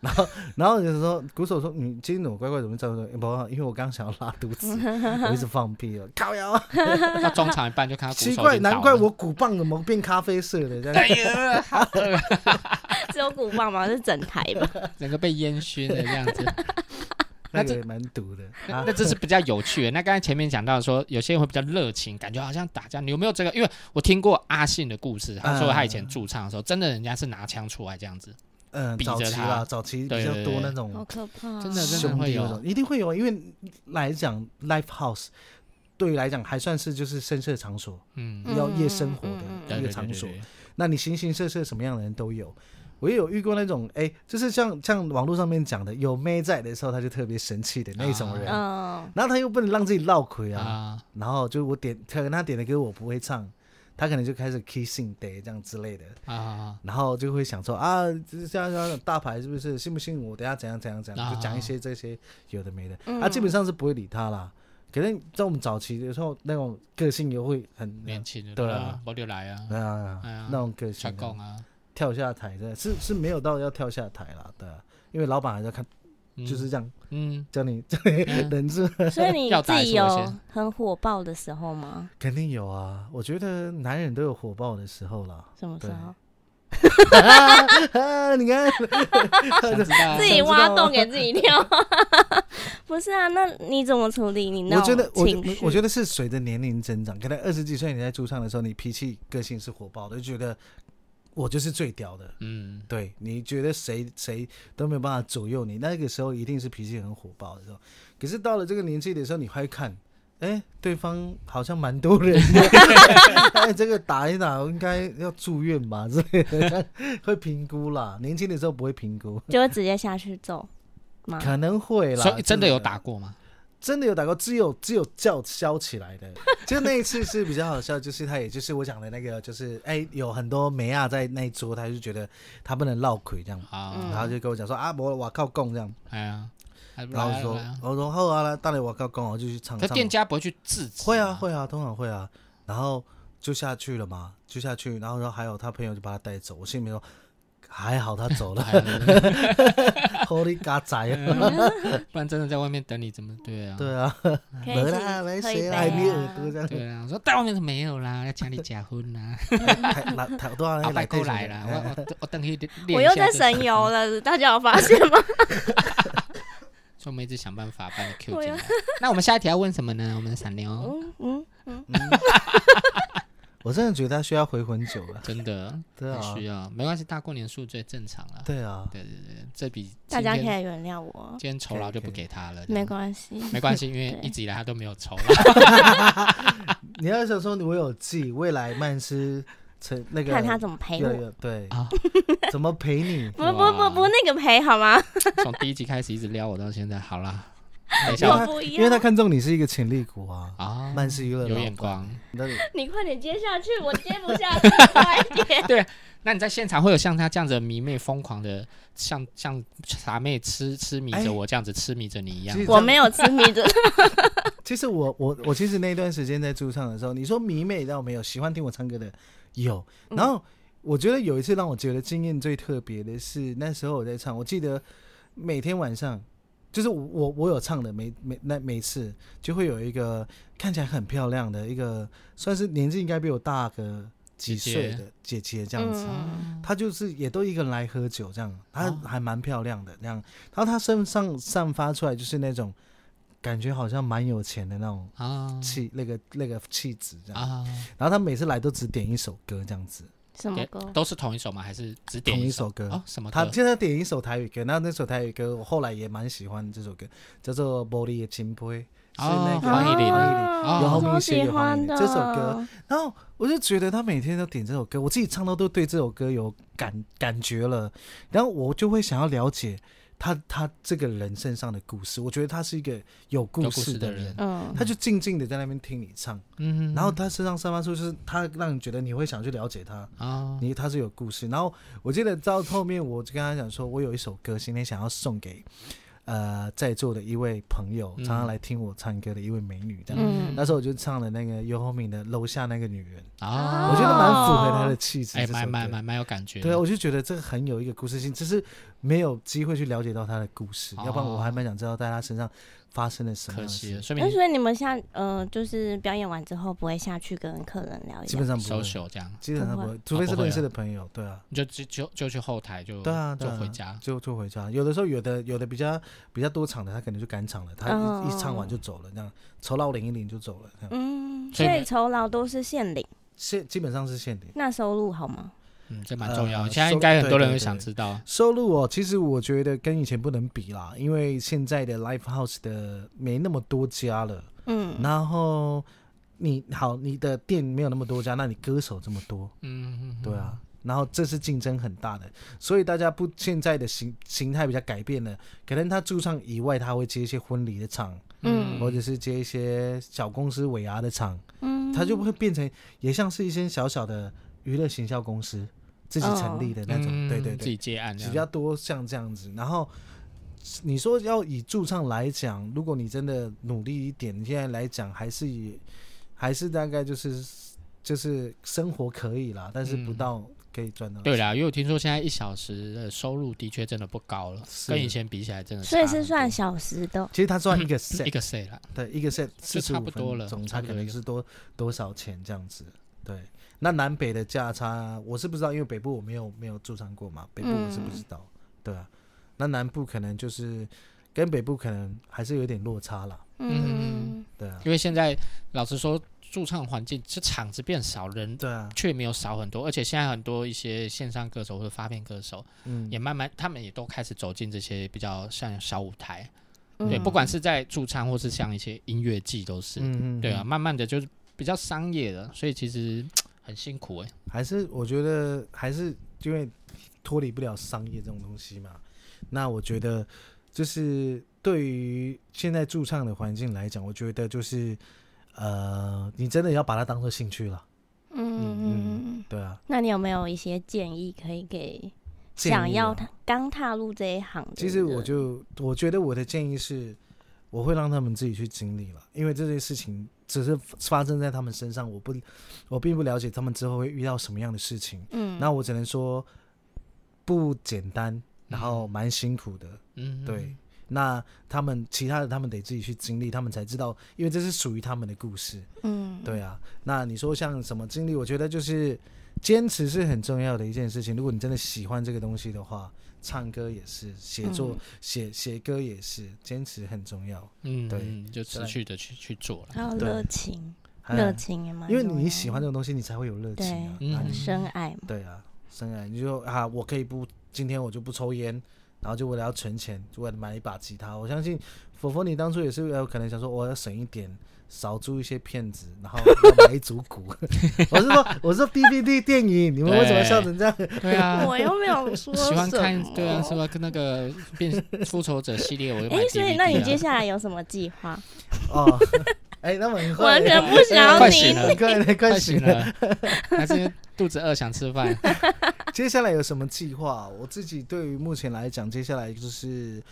S3: 然后然后有时候鼓手说你今天怎么乖乖怎么在说，不好，因为我刚想要拉肚子，我一直放屁了，靠腰，啊
S2: 到中场一半就看 他鼓手
S3: 奇
S2: 已经
S3: 怪，
S2: 倒
S3: 难怪
S2: 了
S3: 我鼓棒怎么变咖啡色的这
S2: 哎
S3: 样。
S2: 呀，好恶
S1: 只有鼓棒吗？是整台 吧？
S2: 整个被烟熏的样子。
S3: 那个也蛮毒的
S2: 那
S3: 啊
S2: 那！这是比较有趣的。那刚才前面讲到说，有些人会比较热情，感觉好像打架。你有没有这个？因为我听过阿信的故事，他说他以前驻唱的时候，真的人家是拿枪出来这样子。
S3: 嗯，
S2: 逼着
S3: 早期
S2: 他
S3: 啦，早期比较
S2: 对对
S3: 多
S2: 对
S3: 那
S1: 好
S3: 种
S1: 可怕哦！
S2: 真的真的
S3: 兄
S2: 会
S3: 弟
S2: 有
S3: 那种，一定会有，啊因为来讲 live house 对于来讲还算是就是声色场所，
S2: 嗯，
S1: 嗯
S3: 要夜生活
S1: 嗯嗯嗯
S2: 对
S3: 的
S2: 对
S3: 一个
S2: 对
S3: 场所
S2: 对。对
S3: 那你形形色色什么样的人都有。我也有遇过那种，哎、就是像像网络上面讲的，有妹在的时候，他就特别生气的那种人。
S1: 嗯，
S3: 然后他又不能让自己落亏啊，
S2: 啊，
S3: 然后就我点，可能他点的歌我不会唱，他可能就开始 kissing day 这样之类的，
S2: 啊啊，
S3: 然后就会想说啊，这这样这样大牌是不是信不信我？等下怎样怎样怎样，就讲一些这些有的没的，
S1: 嗯
S3: 啊，基本上是不会理他啦。可能在我们早期的时候，那种个性也会很，
S2: 年轻的
S3: 对啊
S2: 啊，我就来啊，
S3: 对啊
S2: 哎呀，
S3: 那种个
S2: 传
S3: 性啊
S2: 供啊，
S3: 跳下台的，是是没有到要跳下台啦，对啊，因为老板还在看，
S2: 嗯
S3: 就是这样
S2: 嗯，
S3: 叫你 叫你
S2: 嗯
S3: 忍住，
S1: 所以你
S2: 要
S1: 自
S2: 打还
S1: 己
S2: 是我
S1: 有
S2: 先
S1: 很火爆的时候吗？
S3: 肯定有啊。我觉得男人都有火爆的时候 啦。
S1: 什么时候？
S3: 啊你看，
S2: 想知道
S1: 自己挖洞给自己 跳？不是啊，那你怎么处理你那
S3: 我觉
S1: 种
S3: 得我
S1: 情绪？
S3: 我觉得是随着年龄增长，可能二十几岁你在驻唱的时候，你脾气个性是火爆的，就觉得我就是最屌的。
S2: 嗯，
S3: 对，你觉得谁谁都没有办法左右你，那个时候一定是脾气很火爆的时候。可是到了这个年纪的时候，你还看，哎，对方好像蛮多人 的，哎，这个打一打应该要住院吧之类的，会评估啦。年轻的时候不会评估，
S1: 就会直接下去揍吗？
S3: 可能会啦。
S2: 所以真的有
S3: 这
S2: 打
S3: 个，
S2: 过吗？
S3: 真的有打过，只有只有叫嚣起来的。就那一次是比较好笑，就是他也就是我讲的那个，就是哎，有很多梅亚在那一桌，他就觉得他不能落魁这样。
S2: 啊
S1: 嗯，
S3: 然后就跟我讲说啊，我我靠供这样，
S2: 哎呀，还不
S3: 然后
S2: 来
S3: 我
S2: 啊
S3: 说
S2: 来啊，
S3: 我说后啊，来当然我靠供，我就去唱
S2: 可
S3: 唱
S2: 店家不会去制止，
S3: 会啊，会啊，通常会啊，然后就下去了嘛，就下去，然后然后还有他朋友就把他带走，我心里面说还好他 走了
S2: 哎呀
S3: ，Holy God 仔啊，
S2: 嗯不然真的在外面等你怎么对啊？
S3: 对啊，
S1: 可以一
S3: 没
S1: 起
S3: 啦，没
S1: 喝一
S3: 谁
S1: 杯
S3: 爱你耳
S1: 啊
S3: 朵这样，
S2: 对啊，我说在外面是没有啦，在家里假婚 啦，
S3: 台来台多少
S2: 啊，
S3: 人
S2: 拜
S3: 来
S2: 过
S3: 过
S2: 来啦，我我我等你练
S1: 我
S2: 一
S1: 又在
S2: 下就行
S1: 神游了，大家有发现吗？
S2: 所以我们一直想办法把你 Q
S1: 我
S2: 进
S1: 要
S2: 来。那我们下一题要问什么呢？我们的闪妞，哦
S1: 嗯嗯，
S3: 我真的觉得他需要回魂酒了。
S2: 真的
S3: 对啊
S2: 很需要，没关系，大过年宿醉正常啊。
S3: 对啊，
S2: 对对对，这笔
S1: 大家可
S2: 今天
S1: 以原谅我，
S2: 今天酬劳就不
S3: 可以可
S2: 给他了，
S1: 没关系。
S2: 没关系，因为
S1: 对
S2: 一直以来他都没有 酬劳。
S3: 你要想说我有记未来曼斯成那个，
S1: 看他怎么陪
S3: 有
S1: 我。
S3: 有对
S2: 啊，
S3: 怎么陪你？
S1: 不不不不，
S2: 哇
S1: 那个陪好吗？
S2: 从第一集开始一直撩我到现在，好 啦，等一
S3: 因为
S2: 下
S1: 我
S3: 他
S1: 不一样
S3: 啊因为他看中你是一个潜力股啊，
S2: 啊，
S3: 曼斯娱乐
S2: 有
S3: 老
S2: 眼
S3: 板
S2: 光。
S3: 那你
S1: 你快点接下去，我接不下去，快 点。
S2: 那你在现场会有像他这样子迷妹疯狂的，像像傻妹痴痴迷
S3: 哎
S2: 着我这样子痴迷着你一样
S3: 其？实
S1: 我没有痴迷着，
S3: 其实我我我其实那段时间在驻唱的时候，你说迷妹倒没有，喜欢听我唱歌的有。
S1: 嗯
S3: 然后我觉得有一次让我觉得经验最特别的是，那时候我在唱，我记得每天晚上就是我我我有唱的每每那每次就会有一个看起来很漂亮的一个，算是年纪应该比我大个几
S2: 姐姐
S3: 岁的姐姐这样子。
S1: 嗯，
S3: 她就是也都一个人来喝酒这样，她
S2: 哦
S3: 还蛮漂亮的这样，然后她身上散发出来就是那种感觉好像蛮有钱的那种
S2: 啊
S3: 气，那个那个气质这样。
S2: 啊，
S3: 然后她每次来都只点一首歌这样子，
S1: 什么
S2: 给
S1: 歌？
S2: 都是同一首吗？还是只点
S3: 同一
S2: 首
S3: 首歌。
S2: 哦，什么
S3: 她
S2: 歌？
S3: 现在点一首台语歌，那那首台语歌我后来也蛮喜欢这首歌，叫做《玻璃的金杯》，是那
S2: 哦
S3: 个
S2: 黄以玲
S3: 啊黄以玲
S1: 哦
S2: 有后
S3: 面
S1: 超
S3: 是有
S1: 喜
S3: 黄
S1: 欢
S3: 龄
S1: 的
S3: 这首歌，然后我就觉得他每天都点这首歌，我自己唱到都对这首歌有感感觉了，然后我就会想要了解他他这个人身上的故事。我觉得他是一个有故
S2: 有故
S3: 事
S2: 事的
S3: 的
S2: 人
S3: 人，
S1: 嗯，
S3: 他就静静的在那边听你唱，
S2: 嗯
S3: 然后他身上散发出就是他让你觉得你会想去了解他，
S2: 啊，
S3: 你他是有故事。然后我记得到后面我就跟他讲说，我有一首歌今天想要送给。呃，在座的一位朋友，常常来听我唱歌的一位美女，这样。
S1: 嗯
S3: 那时候我就唱了那个尤鸿敏的《楼下那个女人》，
S2: 啊，
S3: 我觉得蛮符合她的气质。
S2: 哎，
S3: 这首
S2: 蛮蛮
S3: 歌
S2: 蛮蛮有感觉的。
S3: 对啊，我就觉得这个很有一个故事性，只是没有机会去了解到她的故事，
S2: 哦
S3: 要不然我还蛮想知道在她身上发生了什么
S2: 可
S3: 样的事。
S2: 惜了，说明
S1: 那所以你们下呃，就是表演完之后不会下去跟客人聊一
S3: 基本
S1: 聊？
S3: 上不
S2: 收
S3: 会，
S2: 手哦这样，
S3: 基本上不
S1: 不
S3: 会，除非是
S2: 不会啊
S3: 认识的朋友。对啊，
S2: 你就就就就去后台就
S3: 对啊，对
S2: 就
S3: 啊
S2: 回家。
S3: 就就回家。有的时候有的有的比较比较多场的，他可能就赶场了，他
S1: 哦
S3: 一一唱完就走了，这样酬劳领一领就走了，这样
S1: 嗯，
S2: 所
S1: 所
S2: 以
S1: 以酬劳都是现领，
S3: 现基本上是现领。
S1: 那收入好吗？
S2: 嗯，这蛮重要。
S3: 呃
S2: 现在
S3: 收
S2: 应该很多人
S3: 对对
S2: 会
S3: 对
S2: 想知道，
S3: 收入哦，其实我觉得跟以前不能比啦，因为现在的 live house 的没那么多家了。
S1: 嗯，
S3: 然后你好，你的店没有那么多家，那你歌手这么多，
S2: 嗯，嗯
S3: 对，啊。然后这是竞争很大的，所以大家不现在的形形态比较改变了，可能他驻唱以外，他会接一些婚礼的场，
S1: 嗯
S3: 或者是接一些小公司尾牙的场，
S1: 嗯
S3: 他就会变成也像是一些小小的娱乐行销公司自己成立的那种，
S2: 嗯
S3: 对对
S2: 自
S3: 对
S2: 己，接案这
S3: 比
S2: 样，
S3: 较多像这样子。然后你说要以驻唱来讲，如果你真的努力一点，你现在来讲还是以还是大概就是就是生活可以啦，但是不
S2: 嗯
S3: 到可以赚到、
S2: 对，啦，因为我听说现在一小时的收入的确真的不高了，
S3: 是
S2: 跟以前比起来真的差
S1: 所
S2: 很
S1: 以
S2: 多。
S1: 是算小时的，
S3: 其实他赚一
S2: 嗯
S3: 个
S2: 一
S3: set，
S2: 个 C 啦，
S3: 对，一个 set 四
S2: 就
S3: 十
S2: 差
S3: 五
S2: 不多
S3: 分
S2: 了
S3: 钟，
S2: 差
S3: 他
S2: 不
S3: 可
S2: 多一
S3: 能
S2: 个
S3: 是多多少钱这样子。对，那南北的价差我是不知道，因为北部我没有没有驻唱过嘛，北部我是不知道。
S2: 嗯
S3: 对啊，那南部可能就是跟北部可能还是有点落差啦。
S1: 嗯，
S3: 对啊，
S2: 因为现在老实说，驻唱环境这场子变少，人
S3: 对啊，
S2: 却没有少很多，而且现在很多一些线上歌手或者发片歌手
S3: 嗯，
S2: 也慢慢，他们也都开始走进这些比较像小舞台，
S1: 嗯
S2: 对，不管是在驻唱或是像一些音乐季都是，
S3: 嗯嗯，
S2: 对啊，
S3: 嗯，
S2: 慢慢的就是比较商业的，所以其实 很辛苦哎、
S3: 还是我觉得还是因为脱离不了商业这种东西嘛。那我觉得就是对于现在驻唱的环境来讲，我觉得就是呃，你真的要把它当做兴趣了，
S1: 嗯嗯，
S3: 对啊。
S1: 那你有没有一些建议可以给
S3: 建议啊
S1: 想要他刚踏入这一行的人？
S3: 其实我就我觉得我的建议是，我会让他们自己去经历了，因为这件事情只是发生在他们身上，我不我并不了解他们之后会遇到什么样的事情。
S1: 嗯，
S3: 那我只能说不简单，然后蛮辛苦的。
S2: 嗯，
S3: 对，那他们其他的他们得自己去经历，他们才知道，因为这是属于他们的故事。
S1: 嗯，
S3: 对啊，那你说像什么经历？我觉得就是坚持是很重要的一件事情。如果你真的喜欢这个东西的话，唱歌也是，写作
S1: 嗯
S3: 写写歌也是，坚持很重要。
S2: 嗯，
S3: 对
S2: 嗯，就持续的去去做了。
S1: 还有
S3: 对
S1: 热情，
S3: 哎
S1: 热情也蛮重
S3: 因
S1: 要
S3: 为
S1: 的，
S3: 你喜欢这种东西，你才会有热情啊。
S1: 对
S3: 哪里
S2: 嗯
S1: 深爱嘛，
S3: 对啊，深爱你就啊，我可以不今天我就不抽烟，然后就为了要存钱，就为了买一把吉他。我相信佛佛你当初也是有可能想说，我要省一点，少租一些骗子，然后要买一组鼓。 我是说，我是说 DVD 电影，你们为什么笑成这样？
S2: 对啊，
S1: 我又没有说
S2: 喜欢
S1: 什
S2: 看
S1: 么
S2: 对啊，是吧？跟那个变复仇者系列，我又买
S1: 哎、所以
S2: DVD
S1: 那你
S2: 啊
S1: 接下来有什么计划？
S3: 哦，哎，那么很 快
S1: 完全不想要
S2: 快醒了
S1: 你。
S3: 很 快很
S2: 快
S3: 快
S2: 醒
S3: 醒了。
S2: 了，还是肚子饿想吃饭？
S3: 接下来有什么计划？我自己对于目前来讲，接下来就是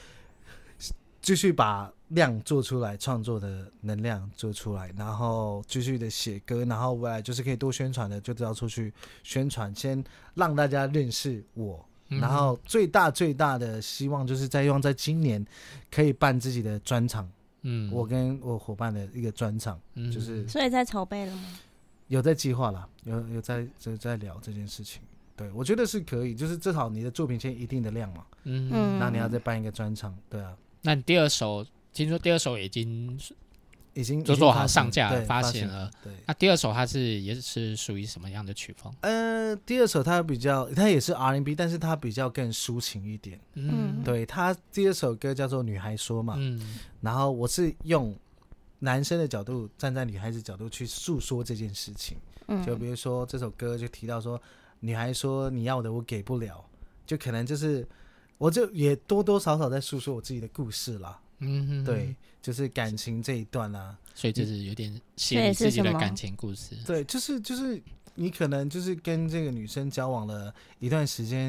S3: 继续把量做出来，创作的能量做出来，然后继续的写歌，然后未来就是可以多宣传的，就要出去宣传，先让大家认识我。
S2: 嗯
S3: 然后最大最大的希望就是在希望在今年可以办自己的专场，
S2: 嗯，
S3: 我跟我伙伴的一个专场，
S2: 嗯
S3: 就是
S1: 所以在筹备了吗？
S3: 有在计划啦，有有在有在聊这件事情。对，我觉得是可以，就是至少你的作品先一定的量嘛，
S2: 嗯，
S3: 那你要再办一个专场，对啊，
S2: 那你第二首听说第二首已经，
S3: 已经
S2: 就
S3: 已经
S2: 做好
S3: 发行
S2: 上架
S3: 对
S2: 发
S3: 发
S2: 行
S3: 了
S2: 了，
S3: 对。
S2: 那啊第二首它是也是属于什么样的曲风？
S3: 呃，第二首它比较，它也是 R&B，但是它比较更抒情一点。
S1: 嗯
S3: 对，它第二首歌叫做《女孩说》嘛，
S2: 嗯
S3: 然后我是用男生的角度，站在女孩子角度去诉说这件事情。
S1: 嗯
S3: 就比如说这首歌就提到说，女孩说你要的我给不了，就可能就是，我就也多多少少在诉说我自己的故事啦。
S2: 嗯，
S3: 对，，就是感情这一段啊，
S2: 所以这是有点写
S1: 所
S2: 你
S1: 以
S2: 自
S1: 是
S2: 己
S1: 什
S2: 的
S1: 么
S2: 感情故事。
S3: 对，就是就是你可能就是跟这个女生交往了一段时间，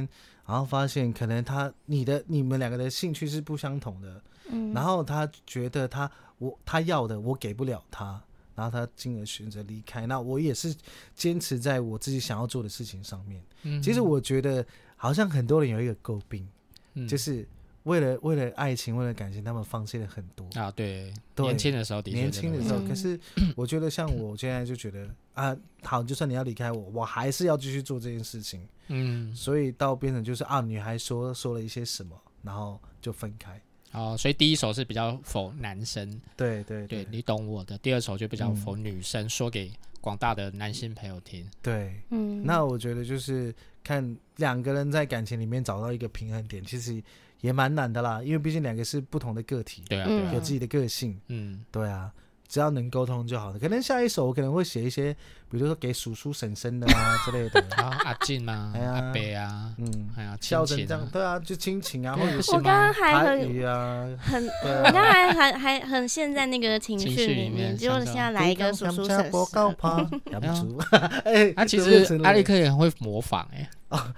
S3: 然后发现可能她你的你们两个的兴趣是不相同的，
S1: 嗯
S3: 然后她觉得她我她要的我给不了她，然后她进而选择离开。那我也是坚持在我自己想要做的事情上面。
S2: 嗯
S3: 其实我觉得好像很多人有一个诟病，
S2: 嗯
S3: 就是为了为了爱情，为了感情，他们放弃了很多。
S2: 啊，对，
S3: 对
S2: 年轻的时候的确
S3: 年轻的时
S2: 候，
S3: 候，
S1: 嗯
S3: 可是我觉得像我现在就觉得啊，好，就算你要离开我，我还是要继续做这件事情。
S2: 嗯，
S3: 所以到变成就是啊，女孩说说了一些什么，然后就分开。
S2: 哦，所以第一首是比较否男生，
S3: 对对
S2: 对
S3: 对
S2: 你懂我的；第二首就比较
S3: 嗯
S2: 否女生，说给广大的男性朋友听。
S3: 对，
S1: 嗯
S3: 那我觉得就是看两个人在感情里面找到一个平衡点，其实也蛮难的啦，因为毕竟两个是不同的个体，
S2: 对啊，对
S3: 有
S2: 啊，
S3: 自己的个性。
S2: 嗯
S3: 对啊，只要能沟通就好了。可能下一首我可能会写一些，比如说给叔叔婶婶的啊之类的。
S2: 然后阿进啊，
S3: 哎呀
S2: 阿北啊，
S3: 嗯，
S2: 哎呀，亲
S3: 笑成
S2: 情
S3: 这样，
S2: 啊，
S3: 对啊，就亲情啊，或
S2: 对啊
S3: 者
S2: 不
S3: 是
S2: 行
S1: 我刚刚
S2: 吗
S1: 还
S3: 台
S1: 很
S3: 语啊，
S1: 很，
S3: 对
S1: 我
S3: 啊。
S1: 刚才还还很陷在那个情
S2: 情
S1: 绪
S2: 绪里
S1: 里
S2: 面
S1: 面，结果
S2: 想到
S1: 现在来一个叔叔婶
S3: 报告
S1: 婶，
S3: 趴， 养不住。
S2: 他、
S3: 哎，
S2: 啊其
S3: 怎么变
S2: 实
S3: 成了
S2: 阿力克也很会模仿哎、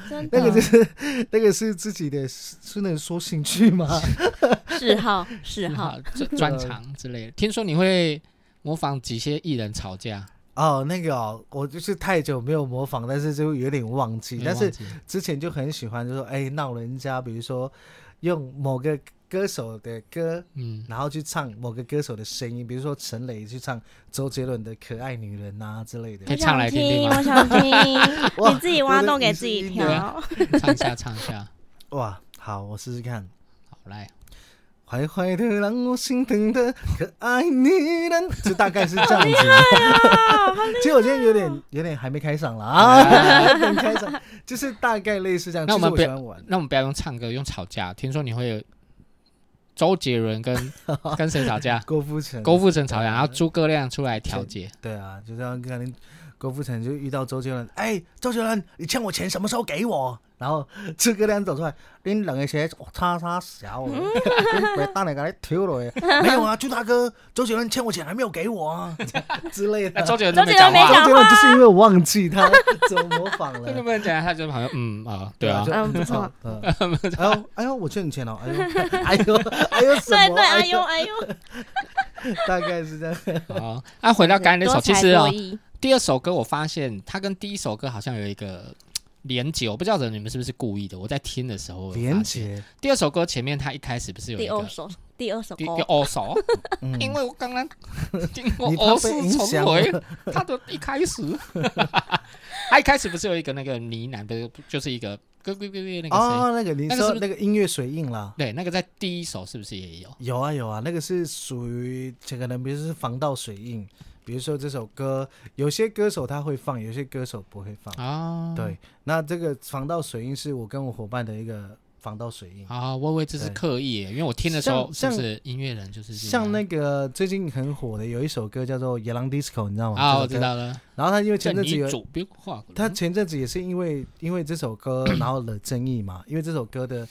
S1: 真
S3: 那个
S1: 的
S3: 就是那个是自己的，是是能说兴趣吗？
S1: 嗜好嗜好
S2: 好，专专长之类的。听说你会模仿几些艺人吵架，
S3: 哦，那个哦，我就是太久没有模仿，但是就有点忘记。但是之前就很喜欢，就说哎闹人家，比如说用某个歌手的歌，
S2: 嗯
S3: 然后去唱某个歌手的声音，比如说陈磊去唱周杰伦的《可爱女人》啊之类
S2: 可
S1: 我
S2: 以
S3: 的。
S2: 唱来
S1: 想
S2: 听听吗
S1: 我想听，
S3: 哇
S1: 你自己挖
S3: 我的
S1: 洞给
S3: 你
S1: 自
S3: 是
S1: 己
S3: 音啊
S1: 跳。
S2: 唱一下唱一 下，
S3: 哇，好，我试试看。
S2: 好来，
S3: 坏坏的让我心疼的可爱女人，就大概是这样子。其实我今天有点有点还没开嗓了啊，等开嗓就是大概类似这样。
S2: 那我们
S3: 其实我喜欢玩，
S2: 那我们不要用唱歌，用吵架。听说你会有周杰伦跟跟谁吵 架？
S3: 郭富城，啊
S2: 郭富城吵架，然后诸葛亮出来调解。
S3: 对啊，就这样可能郭富城就遇到周杰伦，哎、周杰伦，你欠我钱什么时候给我？然后诸葛亮走出来，你两个鞋叉叉小啊，别当你给你丢了耶！ 没有啊，朱大哥，周杰伦欠我钱还没有给我啊之类的。
S2: 那哎
S3: 周
S2: 啊周杰 伦
S1: 周
S2: 都没
S1: 杰伦
S2: 讲
S1: 没
S2: 话，
S1: 讲
S3: 杰伦就是因为我忘记他 怎么模仿
S2: 这个
S3: 了。
S2: 不能讲，他就好像嗯啊，对啊
S3: 就，
S1: 嗯不错。
S3: 嗯哎呦，哎呦，我欠你钱了，哎呦，哎呦， 哎呦，什
S1: 对
S3: 么？
S1: 对，哎
S3: 哎
S1: 呦，哎呦，
S3: 大概是这样。
S2: 好。啊，回到刚才那首，
S1: 多
S2: 其
S1: 才
S2: 实
S3: 啊
S1: 多
S2: 哦，
S1: 艺。
S2: 第二首歌我发现它跟第一首歌好像有一个连结，我不知道你们是不是故意的。我在听的时候，
S3: 连，杰，
S2: 第二首歌前面它一开始不是有一
S1: 第
S2: 个
S1: 二首，第二首
S2: 第
S1: 歌，
S2: 第二首，
S3: 嗯
S2: 因为我刚刚经过
S3: 你
S2: 偶
S3: 怕
S2: 是
S3: 被影
S2: 重
S3: 响
S2: 回
S3: 了，
S2: 它的一开始，它一开始不是有一个那个呢喃，不是就是一个咯咯咯咯那个声音，
S3: 哦，那个你
S2: 那个是
S3: 说
S2: 不是
S3: 那个音乐水印啦，
S2: 对，那个在第一首是不是也有？
S3: 有啊有啊，那个是属于这个能，比如说是防盗水印，比如说这首歌，有些歌手他会放，有些歌手不会放。
S2: 啊，
S3: 对，那这个防盗水印是我跟我伙伴的一个防盗水印。
S2: 啊，我以为这是
S3: 对
S2: 刻意耶，因为我听的时候是
S3: 像
S2: 不是音乐人就是这样
S3: 像那个最近很火的有一首歌叫做《野狼 Disco》，你知道吗？
S2: 啊，
S3: 这首
S2: 我
S3: 歌
S2: 知。道了，
S3: 然后他因为前
S2: 正
S3: 阵子
S2: 你
S3: 有
S2: 主编画过
S3: 他前阵子也是因为因为这 首歌，然后惹争议嘛。因为这首歌的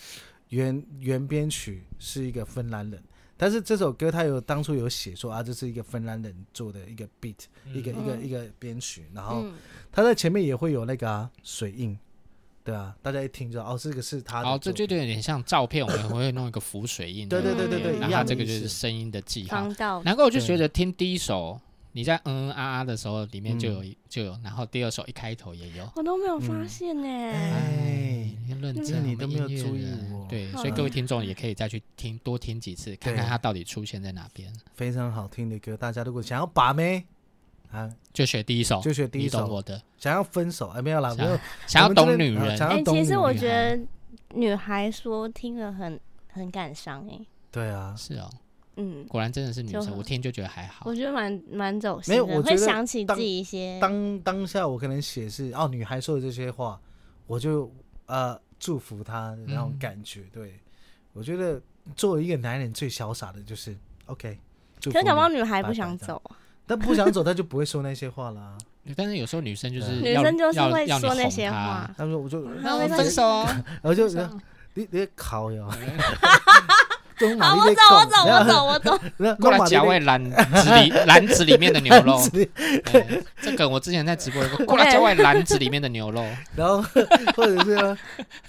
S3: 原原编曲是一个芬兰人，但是这首歌他有当初有写说啊，这是一个芬兰人做的一个 beat，、一个一个
S1: 嗯
S3: 一个编曲。然后
S1: 嗯，
S3: 他在前面也会有那个、啊、水印，对啊，大家一听就哦，这个是他的
S2: 好，
S3: 作
S2: 这
S3: 品。
S2: 就有点像照片，我们会弄一个浮水印，
S3: 对
S1: 对
S2: 不
S1: 对对对
S2: 那
S1: 一
S2: 它
S1: 样
S2: 这个
S3: 的意
S2: 就是
S3: 思
S2: 声音的记号
S1: 防。盗
S2: 难怪我就
S3: 对
S2: 觉得听第一首你在嗯嗯啊啊的时候，里面就有
S3: 嗯
S2: 一就有，然后第二首一开头也有。
S1: 我都没有发现呢、
S2: 哎，
S3: 哎
S2: 要认
S1: 那
S2: 真，
S3: 你
S2: 我们
S3: 都没有
S2: 音乐
S3: 注意
S2: 人
S3: 我
S2: 对，
S1: 好
S2: 所以
S1: 吧
S2: 各位听众也可以再去听多听几次，看看
S3: 对
S2: 它到底出现在哪边。
S3: 非常好听的歌，大家如果想要把妹啊，
S2: 就学第一首，
S3: 就学第一
S2: 哦你懂
S3: 首
S2: 我的，
S3: 想要分手哎，没有啦，
S2: 想
S3: 没有，
S2: 想要
S3: 我们真的
S2: 懂女
S3: 啊
S2: 人，
S3: 想
S1: 哎、
S3: 要懂
S1: 其
S3: 女
S1: 实我
S3: 人，
S1: 觉得女孩说听了很很感伤哎、
S3: 对啊，
S2: 是哦，
S1: 嗯，
S2: 果然真的是女
S1: 就
S2: 生，
S1: 很
S2: 我听就觉得还好
S1: 我。觉得蛮蛮走心
S3: 没
S1: 的，
S3: 有我觉
S1: 会
S3: 得
S1: 想起自
S3: 当
S1: 己一些
S3: 当当下我可能写是哦，女孩说的这些话，我就呃祝福她的那种
S2: 嗯
S3: 感觉。对我觉得作为一个男人最潇洒的就是 OK，祝福
S1: 可是搞不好
S3: 你。
S1: 女孩不
S3: 拜拜
S1: 想
S3: 这
S1: 走啊，
S3: 样但不想走，他就不会说那些话啦。
S2: 但是有时候女生就是
S1: 女
S2: 嗯要
S1: 生就是
S2: 要
S1: 会
S2: 要你
S1: 说那
S2: 哄
S1: 些
S2: 她
S1: 话，
S3: 他说我就，
S2: 那
S1: 啊
S2: 我
S1: 没
S3: 然
S1: 关
S2: 分
S1: 系
S2: 手啊，
S3: 后就
S2: 分手
S3: 你你考 哟，中马
S1: 好，
S3: 你
S1: 啊我
S3: 在
S1: 走，我走，我走，我走。
S3: 那
S2: 过来夹位篮子里篮子里面的牛 肉。
S3: 走。
S2: 对这个我之前在直播有个过来夹位篮子里面的 牛肉，
S3: 然后或者是呢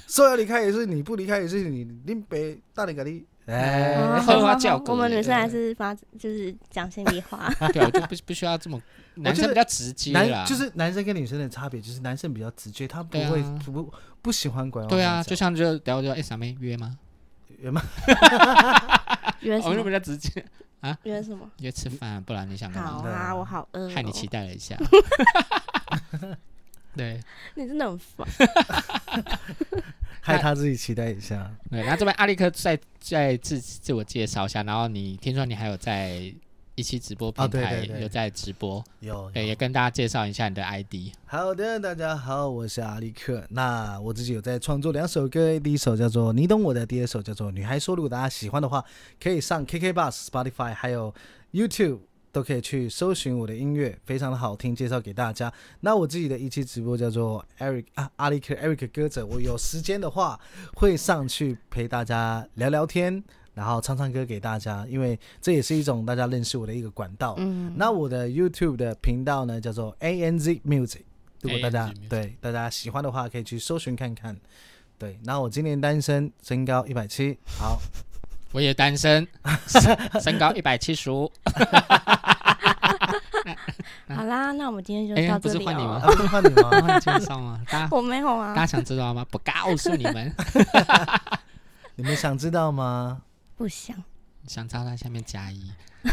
S3: 说要离开也是你，不离开也是你，林北大林咖喱， 哎，
S1: 啊
S2: 喝
S1: 好
S2: 花
S1: 好
S2: 叫
S1: 好
S2: 狗
S1: 我们女生还
S2: 对
S1: 是发就是讲心里话，
S2: 对，我就不不需要这么，男生比较直接啦，
S3: 男就是男生跟女生的差别，就是男生比较直接，他不会、
S2: 对啊
S3: 不不喜欢拐弯抹角。
S2: 对啊，就像就聊就哎，傻妹约吗？
S3: 原本
S1: 约什
S2: 哦我就比
S1: 么？
S2: 较直接，
S1: 约什么？
S2: 约吃饭，不然你想干
S1: 好
S2: 嘛？
S1: 啊，我好饿、哦。
S2: 害你期待了一 下。对
S1: 你真的很烦。
S3: 害他自己期待一下。
S2: 对，然后这边阿力克再再自自我介绍一下，然后你听说你还有在一期直播平
S3: 啊对
S2: 台
S3: 对对哦
S2: 有在直播，
S3: 有
S2: 对，也
S3: 有
S2: 跟大家介绍一下你的 ID。
S3: 好的，大家好，我是阿力克。那我自己有在创作两首歌，第一首叫做《你懂我的》，第二首叫做《女孩说》。如果大家喜欢的话，可以上 KK Bus、Spotify 还有 YouTube 都可以去搜寻我的音乐，非常的好听，介绍给大家。那我自己的一期直播叫做 Eric 啊阿力克 Eric 歌者，我有时间的话会上去陪大家聊聊天，然后唱唱歌给大家，因为这也是一种大家认识我的一个管道。
S1: 嗯，
S3: 那我的 YouTube 的频道呢，叫做 ANZ Music。如果大家
S2: ANZ Music
S3: 对大家喜欢的话，可以去搜寻看看。对，那我今年单身，身高一百七， 好，
S2: 我也单身，身高一百七十五。
S1: 好啦，那我们今天就
S2: 哎
S1: 到
S2: 不
S1: 这
S2: 是
S1: 里
S2: 换你
S1: 哦
S2: 吗。
S3: 啊，不是换你吗？
S2: 换介绍吗？大家
S1: 我没有
S2: 大
S1: 啊
S2: 家，想知道吗？不告诉你们，
S3: 你们想知道吗？
S1: 不想。
S2: 想知道在下面加一。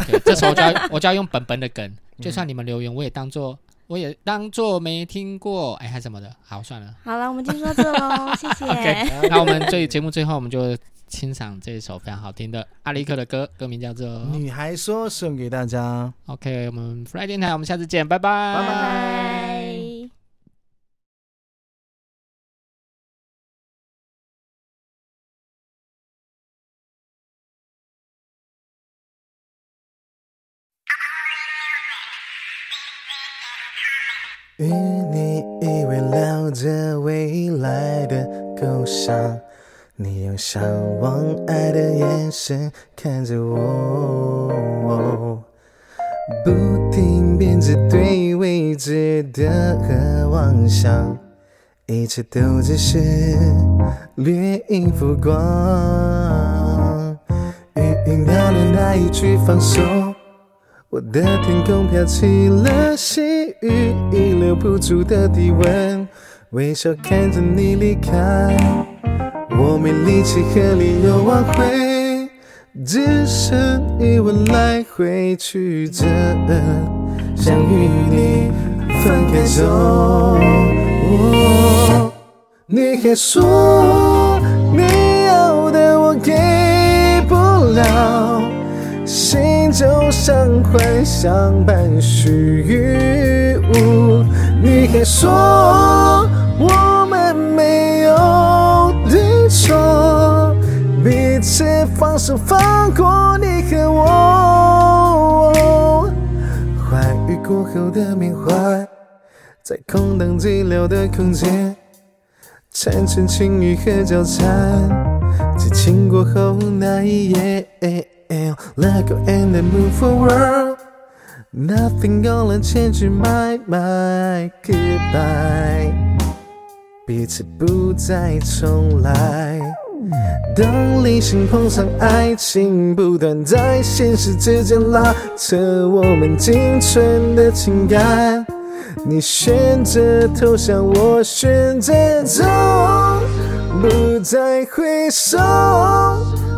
S2: 对，这时候我就要我就要用本本的梗，就算你们留言，我也当做我也当做没听过，哎，还什么的。好，算了。
S1: 好了，我们今天就到这喽， 谢谢。
S2: OK，那我们最节目最后，我们就欣赏这首非常好听的阿力克的歌，歌名叫做《
S3: 女孩说送给大家。
S2: OK》。我们 Fly 电台，我们下次见，拜拜，
S1: 拜拜。
S5: 与你依偎聊着未来的构想，你用向往爱的眼神看着我，不停编织对未知的渴望想，一切都只是掠影浮光，云云到了哪一去放手？我的天空飘起了细雨，遗留不住的体温。微笑看着你离开，我没力气和理由挽回，只剩一吻来回曲折。想与你分开后，我
S3: 你还说你要的我给不了，心就像幻想般虚与无。你还说我们没有对错，彼此放手放过你和我。欢愉过后的缅怀，在空荡寂寥的空间。缠成情侣和交缠，激情过后那一夜。Let go and then move forward. Nothing gonna change my mind. Goodbye. 彼此不再重来。当理性碰上爱情，不断在现实之间拉扯我们仅存的情感。你选择投降，我选择走，不再回首。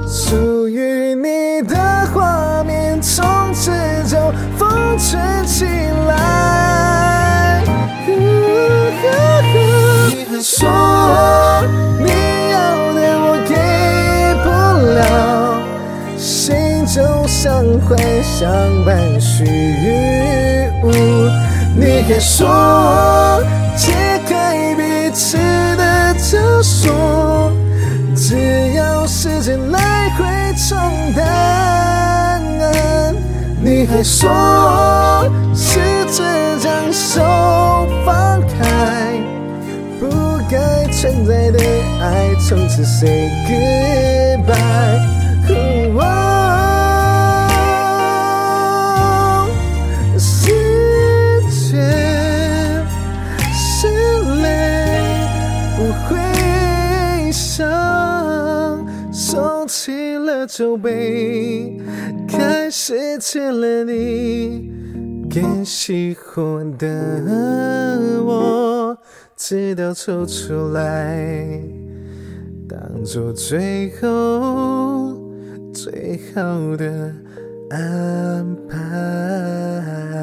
S3: 属于你的画面，从此就封存起来。你会说你要的我给不了，心就像幻想般虚与无。你还说解开彼此的枷锁，只要时间来回冲淡。啊你还说是只将手放开，不该存在的爱从此 say goodbye。哦世界是泪不会想，收起了酒杯，开始欠了你，更喜欢的我，直到抽出来，当做最后最好的安排。